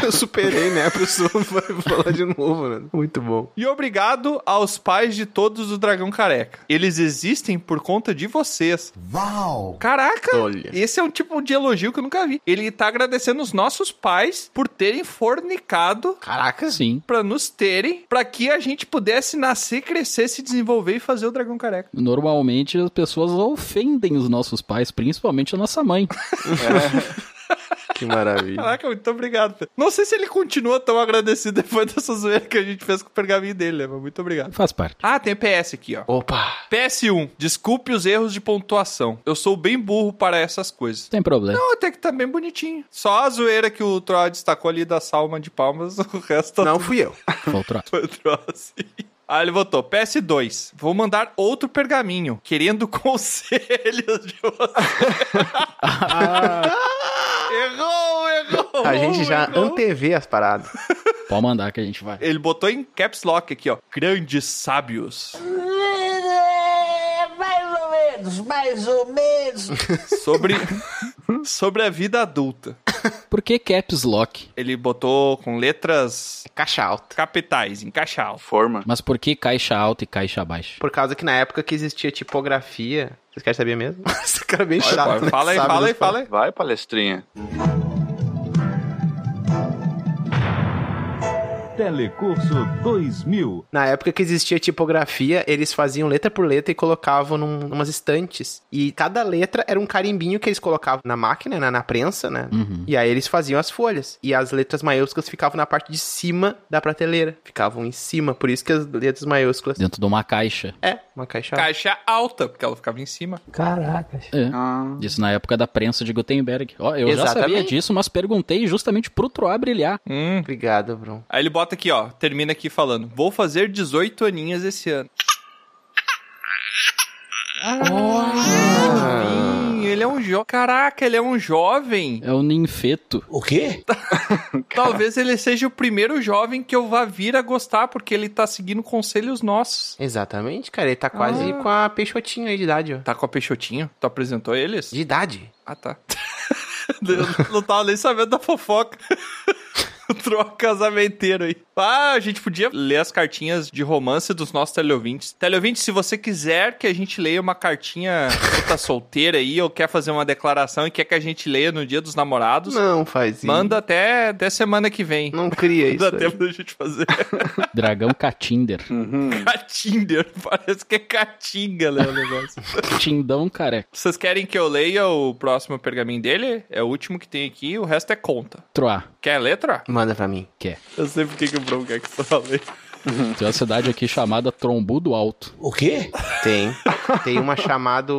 Speaker 2: Eu superei, né? Pro sul vai falar de novo, né? Muito bom.
Speaker 3: E obrigado aos pais de todos do Dragão Careca. Eles existem por conta de vocês. Uau! Caraca!
Speaker 2: Olha.
Speaker 3: Esse é um tipo de elogio que eu nunca vi. Ele tá agradecendo os nossos pais por terem fornicado
Speaker 2: Caraca.
Speaker 5: Sim.
Speaker 3: pra nos terem, pra que a gente pudesse nascer, crescer, se desenvolver e fazer o Dragão Careca.
Speaker 5: Normalmente as pessoas ofendem os nossos pais, principalmente a nossa mãe.
Speaker 2: Que maravilha.
Speaker 3: Caraca, muito obrigado. Não sei se ele continua tão agradecido depois dessa zoeira que a gente fez com o pergaminho dele, né? Mas muito obrigado.
Speaker 5: Faz parte.
Speaker 3: Ah, tem PS aqui, ó.
Speaker 2: Opa!
Speaker 3: PS1. Desculpe os erros de pontuação. Eu sou bem burro para essas coisas.
Speaker 5: Não tem problema.
Speaker 3: Não, até que tá bem bonitinho. Só a zoeira que o Troy destacou ali da salma de palmas, o resto tá
Speaker 2: Não fui eu.
Speaker 5: Voltro.
Speaker 3: Foi o troço. Aí ele botou, PS2, vou mandar outro pergaminho, querendo conselhos de você. errou, errou!
Speaker 2: A gente já
Speaker 3: errou.
Speaker 2: antevê as paradas.
Speaker 5: Pode mandar que a gente vai.
Speaker 3: Ele botou em caps lock aqui, ó. Grandes sábios.
Speaker 7: É, mais ou menos, mais ou menos.
Speaker 3: Sobre, sobre a vida adulta.
Speaker 5: Por que caps lock?
Speaker 3: Ele botou com letras
Speaker 2: Caixa alta.
Speaker 3: capitais, em caixa alta.
Speaker 4: Forma.
Speaker 5: Mas por que caixa alta e caixa baixa?
Speaker 2: Por causa que na época que existia tipografia. Vocês querem saber mesmo? Esse cara é bem chato.
Speaker 3: Olha,
Speaker 2: né?
Speaker 3: Fala aí,
Speaker 2: Sabe
Speaker 3: fala
Speaker 2: das
Speaker 3: aí, fala aí.
Speaker 4: Vai, palestrinha.
Speaker 1: Telecurso 2000.
Speaker 2: Na época que existia tipografia, eles faziam letra por letra e colocavam num, numas estantes. E cada letra era um carimbinho que eles colocavam na máquina, na, na prensa, né?
Speaker 5: Uhum.
Speaker 2: E aí eles faziam as folhas. E as letras maiúsculas ficavam na parte de cima da prateleira. Ficavam em cima, por isso que as letras maiúsculas...
Speaker 5: Dentro de uma caixa.
Speaker 2: É, uma caixa...
Speaker 3: Caixa alta, porque ela ficava em cima.
Speaker 5: É.
Speaker 4: Ah,
Speaker 5: Isso na época da prensa de Gutenberg. Ó, eu já
Speaker 2: Exatamente.
Speaker 5: sabia disso, mas perguntei justamente pro Troá brilhar.
Speaker 3: Hum.
Speaker 2: Obrigado, Bruno.
Speaker 3: Aí ele bota aqui, ó. Termina aqui falando. Vou fazer 18 aninhas esse ano. Ah, novinho, ele é um jovem. Caraca, ele é um jovem.
Speaker 5: É o ninfeto.
Speaker 7: O quê?
Speaker 3: Talvez ele seja o primeiro jovem que eu vá vir a gostar, porque ele tá seguindo conselhos nossos.
Speaker 2: Exatamente, cara. Ele tá quase
Speaker 3: Ah.
Speaker 2: com a peixotinha aí de idade, ó.
Speaker 3: Tá com a Peixotinho? Tu apresentou eles?
Speaker 2: De idade.
Speaker 3: Ah, tá. Eu não tava nem sabendo da fofoca. Troca casamenteiro aí. Ah, a gente podia ler as cartinhas de romance dos nossos teleouvintes. Teleouvinte, se você quiser que a gente leia uma cartinha que tá solteira aí, ou quer fazer uma declaração e quer que a gente leia no dia dos namorados,
Speaker 2: Não faz isso.
Speaker 3: manda até, até semana que vem.
Speaker 2: Não cria isso
Speaker 3: Dá
Speaker 2: aí.
Speaker 3: tempo da gente fazer.
Speaker 5: Dragão Catinder.
Speaker 3: Catinder, parece que é catinga, né, o negócio.
Speaker 5: Tindão careca.
Speaker 3: Vocês querem que eu leia o próximo pergaminho dele? É o último que tem aqui, o resto é conta.
Speaker 5: Troá.
Speaker 3: Quer a letra?
Speaker 2: Manda pra mim.
Speaker 5: Quer.
Speaker 3: Eu sei porque que o Bron quer que eu falei.
Speaker 5: Tem uma cidade aqui chamada Trombudo Alto.
Speaker 7: O quê?
Speaker 2: Tem. Tem uma chamada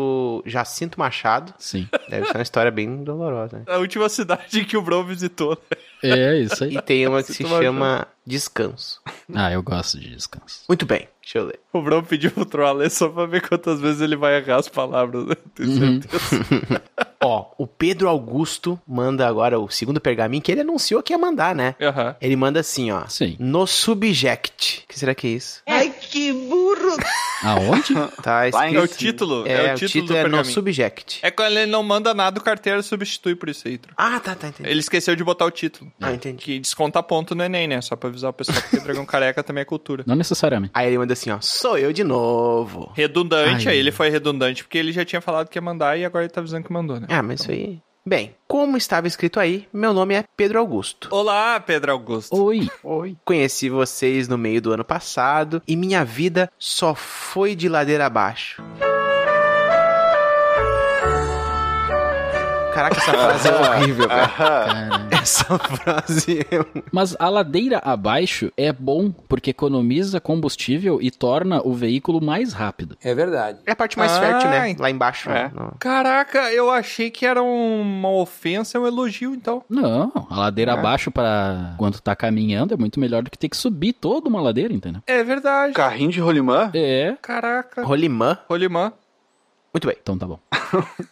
Speaker 2: Jacinto Machado.
Speaker 5: Sim.
Speaker 2: Deve ser uma história bem dolorosa. né?
Speaker 3: A última cidade que o Bron visitou. né?
Speaker 5: É isso aí.
Speaker 2: E tem uma que se
Speaker 3: Jacinto Machado.
Speaker 2: chama Descanso.
Speaker 5: Ah, eu gosto de descanso.
Speaker 2: Muito bem, deixa eu ler.
Speaker 3: O Bron pediu pro Troll ler só pra ver quantas vezes ele vai errar as palavras, né? Tenho
Speaker 2: Uhum.
Speaker 3: certeza.
Speaker 2: Ó, o Pedro Augusto manda agora o segundo pergaminho que ele anunciou que ia mandar, né?
Speaker 3: Aham.
Speaker 2: Ele manda assim, ó.
Speaker 5: Sim.
Speaker 2: No subject. O que será que é isso?
Speaker 6: Ai, que burro!
Speaker 5: Aonde?
Speaker 2: Tá
Speaker 4: Lá em-
Speaker 2: escrito.
Speaker 3: É o título,
Speaker 2: É,
Speaker 3: é,
Speaker 2: o título,
Speaker 3: do
Speaker 2: é no
Speaker 3: pergaminho.
Speaker 2: subject.
Speaker 3: É quando ele não manda nada, o carteiro substitui por isso aí, Tro.
Speaker 2: Ah, tá, tá, entendi.
Speaker 3: Ele esqueceu de botar o título.
Speaker 2: Ah, entendi.
Speaker 3: Que desconta ponto no Enem, né? Só pra avisar o pessoal que dragão careca também é cultura.
Speaker 5: Não necessariamente.
Speaker 2: Aí ele manda assim, ó. Sou eu de novo.
Speaker 3: Redundante,
Speaker 5: Ai.
Speaker 3: aí ele foi redundante, porque ele já tinha falado que ia mandar e agora ele tá avisando que mandou, né?
Speaker 2: Ah, mas isso aí. Bem, como estava escrito aí, meu nome é Pedro Augusto.
Speaker 3: Olá, Pedro Augusto.
Speaker 5: Oi.
Speaker 2: Oi. Conheci vocês no meio do ano passado e minha vida só foi de ladeira abaixo. Caraca, essa frase é horrível, velho.
Speaker 4: Aham.
Speaker 2: Essa frase é.
Speaker 5: Mas a ladeira abaixo é bom porque economiza combustível e torna o veículo mais rápido.
Speaker 7: É verdade.
Speaker 2: É a parte mais
Speaker 3: Ah,
Speaker 2: fértil, né?
Speaker 3: ent-
Speaker 2: Lá embaixo.
Speaker 4: É.
Speaker 2: no-
Speaker 3: Caraca, eu achei que era um- uma ofensa, um elogio, então.
Speaker 5: Não, a ladeira abaixo para quando tá caminhando é muito melhor do que ter que subir toda uma ladeira, entendeu?
Speaker 3: É verdade.
Speaker 4: Um Carrinho de rolimã?
Speaker 5: É.
Speaker 3: Caraca.
Speaker 2: Rolimã.
Speaker 3: Rolimã.
Speaker 2: Muito bem.
Speaker 5: Então tá bom.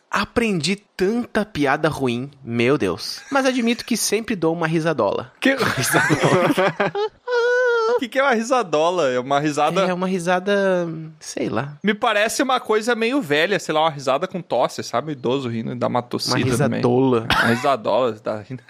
Speaker 2: Aprendi tanta piada ruim, meu Deus. Mas admito que sempre dou uma risadola.
Speaker 3: Que... O que, que é uma risadola? É uma risada.
Speaker 2: É uma risada. sei lá.
Speaker 3: Me parece uma coisa meio velha, sei lá, uma risada com tosse, sabe? O idoso rindo e dá uma tossida
Speaker 2: Uma
Speaker 3: também.
Speaker 2: risadola.
Speaker 3: Uma risadola. Tá rindo.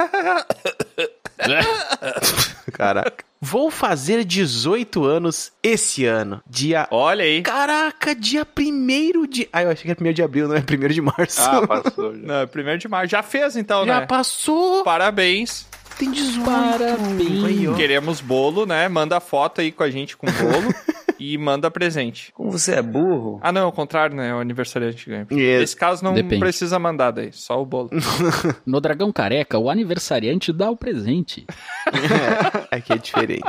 Speaker 2: Caraca. Vou fazer 18 anos esse ano. Dia.
Speaker 3: Olha aí.
Speaker 2: Caraca, dia 1 de. Ah, eu achei que era 1 de abril, não é 1 de março.
Speaker 4: Ah, passou já.
Speaker 3: Não, é primeiro de maio. Já fez então,
Speaker 2: Já
Speaker 3: né?
Speaker 2: passou.
Speaker 3: Parabéns.
Speaker 2: Tem 18.
Speaker 5: Parabéns.
Speaker 2: Aí, ó.
Speaker 3: Queremos bolo, né? Manda foto aí com a gente com bolo. e manda presente.
Speaker 10: Como você é burro.
Speaker 3: Ah, não, é o contrário, né? É o aniversariante que ganha.
Speaker 2: Yes.
Speaker 3: Nesse caso não
Speaker 5: Depende.
Speaker 3: precisa mandar daí, só o bolo.
Speaker 5: No Dragão Careca, o aniversariante dá o presente.
Speaker 2: É que é diferente.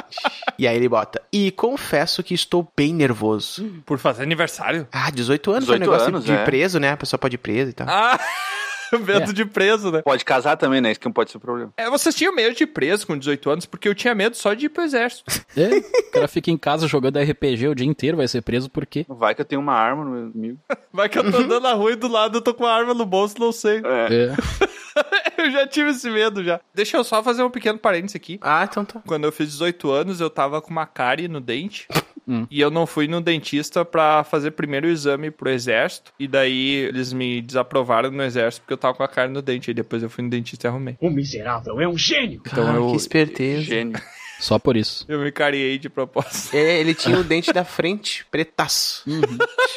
Speaker 2: E aí ele bota. E confesso que estou bem nervoso.
Speaker 3: Por fazer aniversário?
Speaker 2: Ah, 18 anos foi um
Speaker 4: 18
Speaker 2: negócio
Speaker 4: anos,
Speaker 2: de
Speaker 4: é.
Speaker 2: preso, né? A pessoa pode ir presa e tal.
Speaker 3: Ah, medo
Speaker 5: É.
Speaker 3: de preso, né?
Speaker 4: Pode casar também, né? Isso que não pode ser problema.
Speaker 3: É, vocês tinham medo de ir preso com 18 anos, porque eu tinha medo só de ir pro exército.
Speaker 5: É, o cara fica em casa jogando RPG o dia inteiro, vai ser preso por quê?
Speaker 4: Vai que eu tenho uma arma no meu amigo.
Speaker 3: Vai que eu tô andando na rua e do lado eu tô com a arma no bolso, não sei.
Speaker 5: É.
Speaker 3: Eu já tive esse medo já. Deixa eu só fazer um pequeno parênteses aqui.
Speaker 2: Ah, então tá.
Speaker 3: Quando eu fiz 18 anos, eu tava com uma cárie no dente.
Speaker 5: Hum.
Speaker 3: E eu não fui no dentista pra fazer primeiro o exame pro exército. E daí eles me desaprovaram no exército porque eu tava com a cárie no dente. E depois eu fui no dentista e arrumei.
Speaker 7: O miserável é um gênio.
Speaker 3: Então
Speaker 2: Cara,
Speaker 3: eu-
Speaker 2: Ah, que esperteza.
Speaker 4: Gênio.
Speaker 5: Só por isso.
Speaker 3: Eu me cariei de propósito.
Speaker 2: É, ele tinha o dente da frente, pretaço.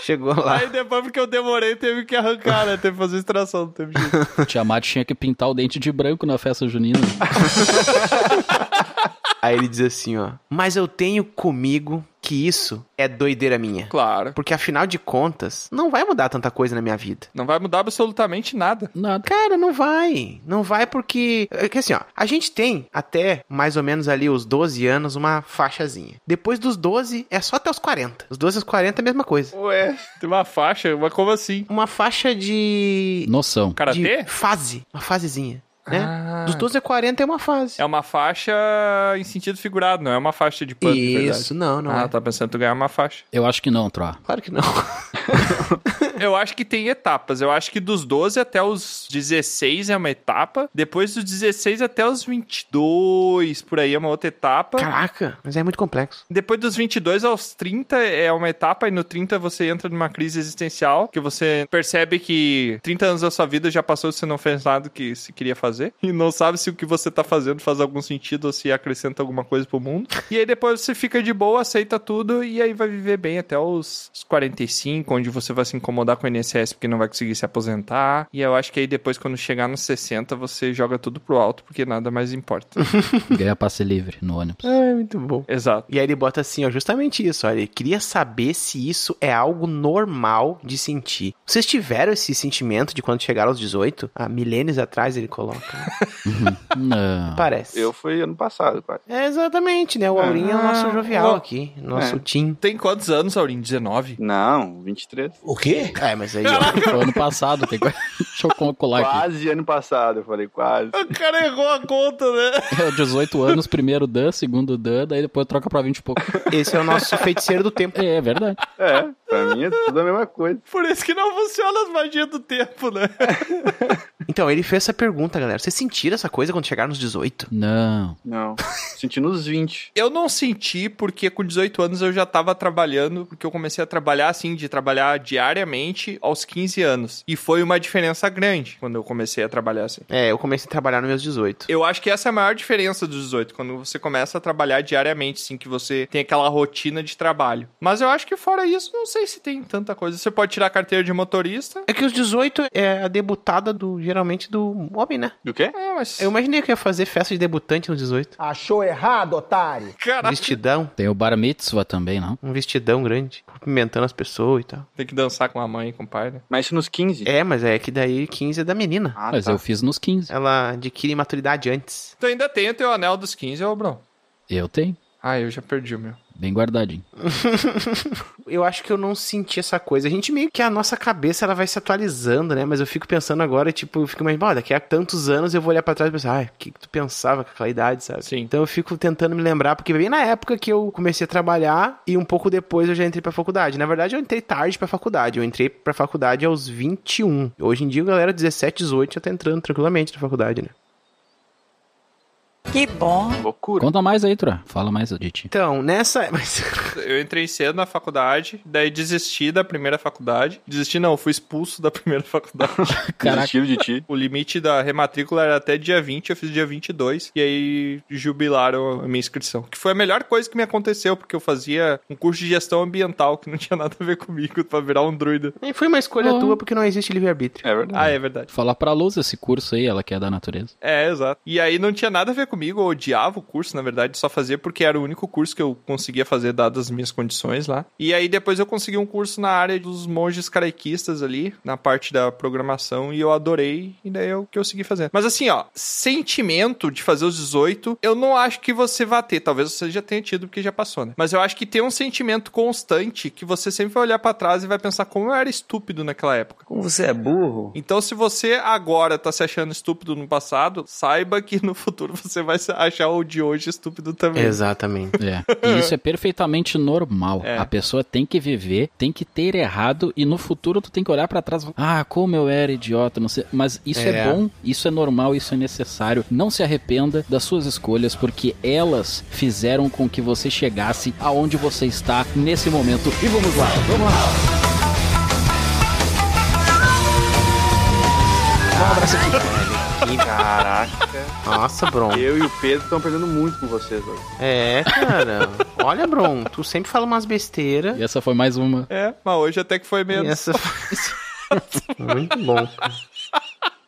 Speaker 2: Chegou lá.
Speaker 3: Aí depois, porque eu demorei, teve que arrancar, né? Teve que fazer extração, não teve jeito.
Speaker 5: O Tiamat tinha que pintar o dente de branco na festa junina.
Speaker 2: Aí ele diz assim, ó. Mas eu tenho comigo que isso é doideira minha.
Speaker 3: Claro.
Speaker 2: Porque afinal de contas, não vai mudar tanta coisa na minha vida.
Speaker 3: Não vai mudar absolutamente nada.
Speaker 5: Nada.
Speaker 2: Cara, não vai. Não vai porque. É que assim, ó. A gente tem até mais ou menos ali os 12 anos uma faixazinha. Depois dos 12 é só até os 40. Os 12 aos 40 é a mesma coisa.
Speaker 3: Ué. Tem uma faixa, mas como assim?
Speaker 2: Uma faixa de.
Speaker 5: Noção.
Speaker 3: Karatê?
Speaker 2: de fase. Uma fasezinha. Né?
Speaker 3: Ah.
Speaker 2: Dos 12 a 40 é uma fase.
Speaker 3: É uma faixa em sentido figurado, não é uma faixa de pano, de verdade.
Speaker 2: Isso, não, não
Speaker 3: ah,
Speaker 2: é.
Speaker 3: tá pensando tu ganhar uma faixa.
Speaker 5: Eu acho que não, Troa.
Speaker 2: Claro que não.
Speaker 3: Eu acho que tem etapas. Eu acho que dos 12 até os 16 é uma etapa. Depois dos 16 até os 22, por aí é uma outra etapa.
Speaker 2: Caraca, mas é muito complexo.
Speaker 3: Depois dos 22 aos 30 é uma etapa, e no 30 você entra numa crise existencial, que você percebe que 30 anos da sua vida já passou e você não fez nada que se queria fazer, e não sabe se o que você tá fazendo faz algum sentido ou se acrescenta alguma coisa pro mundo. E aí depois você fica de boa, aceita tudo, e aí vai viver bem até os os 45, onde você vai se incomodar com o INSS porque não vai conseguir se aposentar. E eu acho que aí depois, quando chegar nos 60, você joga tudo pro alto, porque nada mais importa.
Speaker 5: Ganha passe livre no ônibus.
Speaker 2: É, muito bom.
Speaker 3: Exato.
Speaker 2: E aí ele bota assim, ó, justamente isso, olha, ele queria saber se isso é algo normal de sentir. Vocês tiveram esse sentimento de quando chegaram aos 18? Há milênios atrás ele coloca. né?
Speaker 5: Não.
Speaker 2: Parece.
Speaker 4: Ah, Eu fui ano passado, quase.
Speaker 2: É exatamente, né? O Aurinho é o nosso jovial
Speaker 3: bom.
Speaker 2: aqui, nosso
Speaker 4: É.
Speaker 2: Tim.
Speaker 3: Tem quantos anos, Aurinho? 19?
Speaker 4: Não, 23.
Speaker 10: O quê?
Speaker 2: É, mas aí, ó,
Speaker 5: Foi ano passado. Tem... coisa- Deixa eu calcular aqui.
Speaker 4: Quase ano passado, eu falei quase.
Speaker 3: O cara errou a conta, né?
Speaker 5: É 18 anos, primeiro Dan, segundo Dan, daí depois troca pra 20 e pouco.
Speaker 2: esse é o nosso feiticeiro do tempo.
Speaker 5: É, é verdade.
Speaker 4: É, pra mim é tudo a mesma coisa.
Speaker 3: Por isso que não funciona as magias do tempo, né?
Speaker 2: Então, ele fez essa pergunta, galera. Vocês sentiram essa coisa quando chegaram nos 18?
Speaker 5: Não.
Speaker 4: Não. Senti nos 20.
Speaker 3: Eu não senti porque com 18 anos eu já tava trabalhando, porque eu comecei a trabalhar assim, de trabalhar diariamente aos 15 anos. E foi uma diferença grande quando eu comecei a trabalhar assim.
Speaker 2: É, eu comecei a trabalhar nos meus 18.
Speaker 3: Eu acho que essa é a maior diferença dos 18, quando você começa a trabalhar diariamente, assim, que você tem aquela rotina de trabalho. Mas eu acho que fora isso, não sei se tem tanta coisa. Você pode tirar a carteira de motorista.
Speaker 2: É que os 18 é a debutada do, geralmente, do homem, né?
Speaker 4: Do quê?
Speaker 3: É, mas.
Speaker 2: Eu imaginei que eu ia fazer festa de debutante nos 18.
Speaker 7: Achou errado, otário.
Speaker 3: Caraca.
Speaker 2: Vestidão.
Speaker 5: Tem o Bar Mitzvah também, não?
Speaker 2: um vestidão grande, cumprimentando as pessoas e tal.
Speaker 3: Tem que dançar com a mãe e com o pai, né?
Speaker 4: Mas isso nos 15.
Speaker 2: É, mas é que daí 15 é da menina.
Speaker 4: Ah,
Speaker 5: Mas
Speaker 4: tá.
Speaker 5: eu fiz nos 15.
Speaker 2: Ela adquire maturidade antes.
Speaker 3: Tu ainda tem o teu anel dos 15, ô, Bruno?
Speaker 5: Eu tenho.
Speaker 3: Ah, eu já perdi o meu.
Speaker 5: Bem guardadinho.
Speaker 2: Eu acho que eu não senti essa coisa. A gente meio que a nossa cabeça ela vai se atualizando, né? Mas eu fico pensando agora, tipo, eu fico mais, "Bah, daqui a tantos anos eu vou olhar pra trás e pensar, ai, o que, que tu pensava com aquela idade, sabe?
Speaker 3: Sim.
Speaker 2: Então eu fico tentando me lembrar, porque bem na época que eu comecei a trabalhar e um pouco depois eu já entrei pra faculdade. Na verdade, eu entrei tarde pra faculdade. Eu entrei pra faculdade aos 21. Hoje em dia, a galera, 17, 18 já tá entrando tranquilamente na faculdade, né?
Speaker 11: Que bom.
Speaker 4: Loucura.
Speaker 5: Conta mais aí, Troa. Fala mais de ti.
Speaker 2: Então, nessa. Mas,
Speaker 3: Eu entrei cedo na faculdade, daí desisti da primeira faculdade. Desisti não, fui expulso da primeira faculdade.
Speaker 5: Caraca.
Speaker 4: Desistiram de ti.
Speaker 3: o limite da rematrícula era até dia 20, eu fiz dia 22. E aí jubilaram a minha inscrição. Que foi a melhor coisa que me aconteceu, porque eu fazia um curso de gestão ambiental que não tinha nada a ver comigo, pra virar um druida.
Speaker 2: nem foi uma escolha
Speaker 5: Oh.
Speaker 2: tua porque não existe livre-arbítrio.
Speaker 4: É verdade.
Speaker 3: Ah, é verdade.
Speaker 5: Falar pra Luz esse curso aí, ela que é da natureza.
Speaker 3: É, exato. E aí não tinha nada a ver comigo. amigo, eu odiava o curso, na verdade, só fazia porque era o único curso que eu conseguia fazer dadas as minhas condições lá. E aí depois eu consegui um curso na área dos monges catequistas ali, na parte da programação, e eu adorei, e daí é o que eu segui fazendo. Mas assim, ó, sentimento de fazer os 18, eu não acho que você vá ter, talvez você já tenha tido porque já passou, né? Mas eu acho que tem um sentimento constante que você sempre vai olhar pra trás e vai pensar como eu era estúpido naquela época.
Speaker 10: Como você é burro?
Speaker 3: Então, se você agora tá se achando estúpido no passado, saiba que no futuro você vai se achar o de hoje estúpido também.
Speaker 2: Exatamente.
Speaker 5: É. E isso é perfeitamente normal.
Speaker 3: É.
Speaker 5: A pessoa tem que viver, tem que ter errado e no futuro tu tem que olhar pra trás, e falar, ah, como eu era idiota, não sei. Mas isso é.
Speaker 2: É.
Speaker 5: bom, isso é normal, isso é necessário. Não se arrependa das suas escolhas porque elas fizeram com que você chegasse aonde você está nesse momento. E vamos lá, vamos lá.
Speaker 4: Caraca.
Speaker 2: Nossa, Bron.
Speaker 4: Eu e o Pedro estão aprendendo muito com vocês hoje.
Speaker 2: É, cara. Olha, Bron, tu sempre fala umas besteiras.
Speaker 5: E essa foi mais uma.
Speaker 3: É, mas hoje até que foi
Speaker 2: E
Speaker 3: menos.
Speaker 2: essa Muito bom. cara.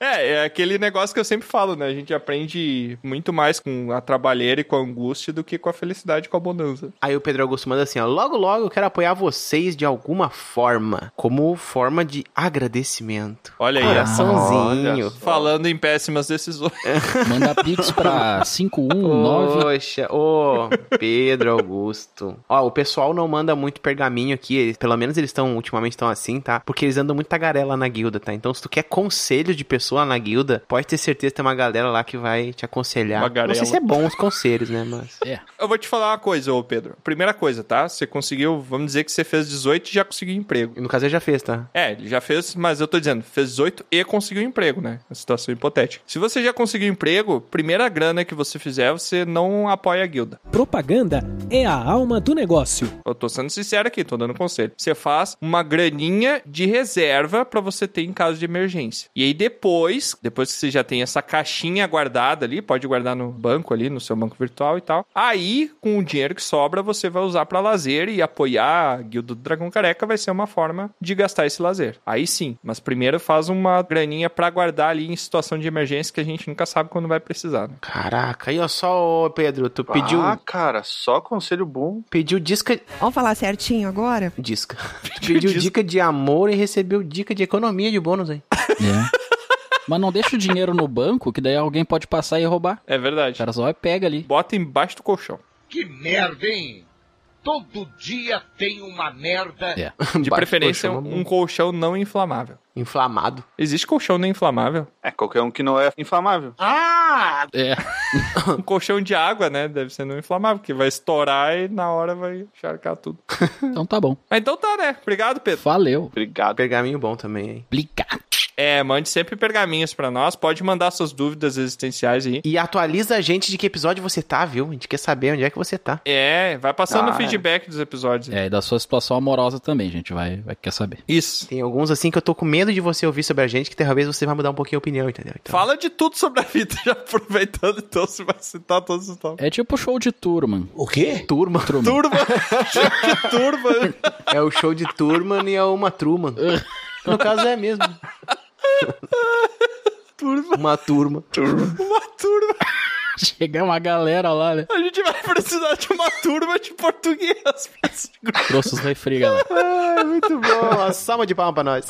Speaker 3: É, é aquele negócio que eu sempre falo, né? A gente aprende muito mais com a trabalheira e com a angústia do que com a felicidade e com a bonança.
Speaker 2: Aí o Pedro Augusto manda assim, ó. Logo, logo eu quero apoiar vocês de alguma forma. Como forma de agradecimento.
Speaker 3: Olha aí,
Speaker 2: Coraçãozinho.
Speaker 3: falando em péssimas decisões.
Speaker 5: Manda pix pra 519.
Speaker 2: Poxa, ô Pedro Augusto. Ó, o pessoal não manda muito pergaminho aqui, eles- pelo menos eles estão, ultimamente estão assim, tá? Porque eles andam muito tagarela na guilda, tá? Então se tu quer conselho de pessoa na guilda, pode ter certeza que tem uma galera lá que vai te aconselhar.
Speaker 3: Uma garela.
Speaker 2: Não sei se é bom os conselhos, né, mas...
Speaker 5: É.
Speaker 3: Eu vou te falar uma coisa, ô Pedro. Primeira coisa, tá? Você conseguiu, vamos dizer que você fez 18 e já conseguiu emprego.
Speaker 2: No caso ele já fez, tá?
Speaker 3: É, ele já fez, mas eu tô dizendo, fez 18 e conseguiu emprego, né? A situação hipotética. Se você já conseguiu emprego, primeira grana que você fizer, você não apoia a guilda.
Speaker 12: Propaganda é a alma do negócio.
Speaker 3: Eu tô sendo sincero aqui, tô dando conselho. Você faz uma graninha de reserva pra você ter em caso de emergência. E aí depois, depois que você já tem essa caixinha guardada ali, pode guardar no banco ali, no seu banco virtual e tal. Aí, com o dinheiro que sobra, você vai usar pra lazer e apoiar a Guilda do Dragão Careca vai ser uma forma de gastar esse lazer. Aí sim, mas primeiro faz uma graninha pra guardar ali em situação de emergência que a gente nunca sabe quando vai precisar, né?
Speaker 2: Caraca, aí ó só, ô, Pedro, tu pediu,
Speaker 4: Ah, cara, só conselho bom.
Speaker 2: pediu disca...
Speaker 8: Vamos falar certinho agora?
Speaker 2: Disca. pediu
Speaker 3: disca.
Speaker 2: dica de amor e recebeu dica de economia de bônus, hein?
Speaker 5: É. Mas não deixa o dinheiro no banco, que daí alguém pode passar e roubar.
Speaker 3: É
Speaker 5: O
Speaker 3: verdade.
Speaker 5: cara só vai e pega ali.
Speaker 3: Bota embaixo do colchão.
Speaker 7: Que merda, hein? Todo dia tem uma merda.
Speaker 5: É.
Speaker 3: De preferência, um colchão não inflamável.
Speaker 2: Inflamado.
Speaker 3: Existe colchão não inflamável?
Speaker 4: É, qualquer um que não é inflamável.
Speaker 7: Ah,
Speaker 5: É.
Speaker 3: Um colchão de água, né? Deve ser não inflamável, porque vai estourar e na hora vai encharcar tudo.
Speaker 5: Então tá bom.
Speaker 3: Mas então tá, né? Obrigado, Pedro.
Speaker 5: Valeu.
Speaker 4: Obrigado.
Speaker 2: Pergaminho bom também, hein?
Speaker 5: Plica.
Speaker 3: É, mande sempre pergaminhos pra nós. Pode mandar suas dúvidas existenciais aí.
Speaker 2: E atualiza a gente de que episódio você tá, viu? A gente quer saber onde é que você tá.
Speaker 3: É, vai passando o
Speaker 4: Ah,
Speaker 3: feedback dos episódios.
Speaker 5: É, e da sua situação amorosa também, gente. Vai, vai quer saber.
Speaker 3: Isso.
Speaker 2: Tem alguns assim que eu tô com medo de você ouvir sobre a gente, que talvez você vai mudar um pouquinho a opinião, entendeu? Então,
Speaker 3: Fala de tudo sobre a vida, já aproveitando, então você vai citar todos os tópicos.
Speaker 5: É tipo show de Turman.
Speaker 10: O quê?
Speaker 2: turma.
Speaker 5: Truman.
Speaker 3: Turma! que turma!
Speaker 2: É o show de Turman e é uma Truman. No caso é mesmo.
Speaker 3: Turma.
Speaker 2: Uma turma.
Speaker 3: Uma turma!
Speaker 5: Chega uma galera lá, né?
Speaker 3: A gente vai precisar de uma turma de português pra segurar.
Speaker 5: Trouxe os refri, galera.
Speaker 2: Ai, muito bom. Uma salva de palma pra nós.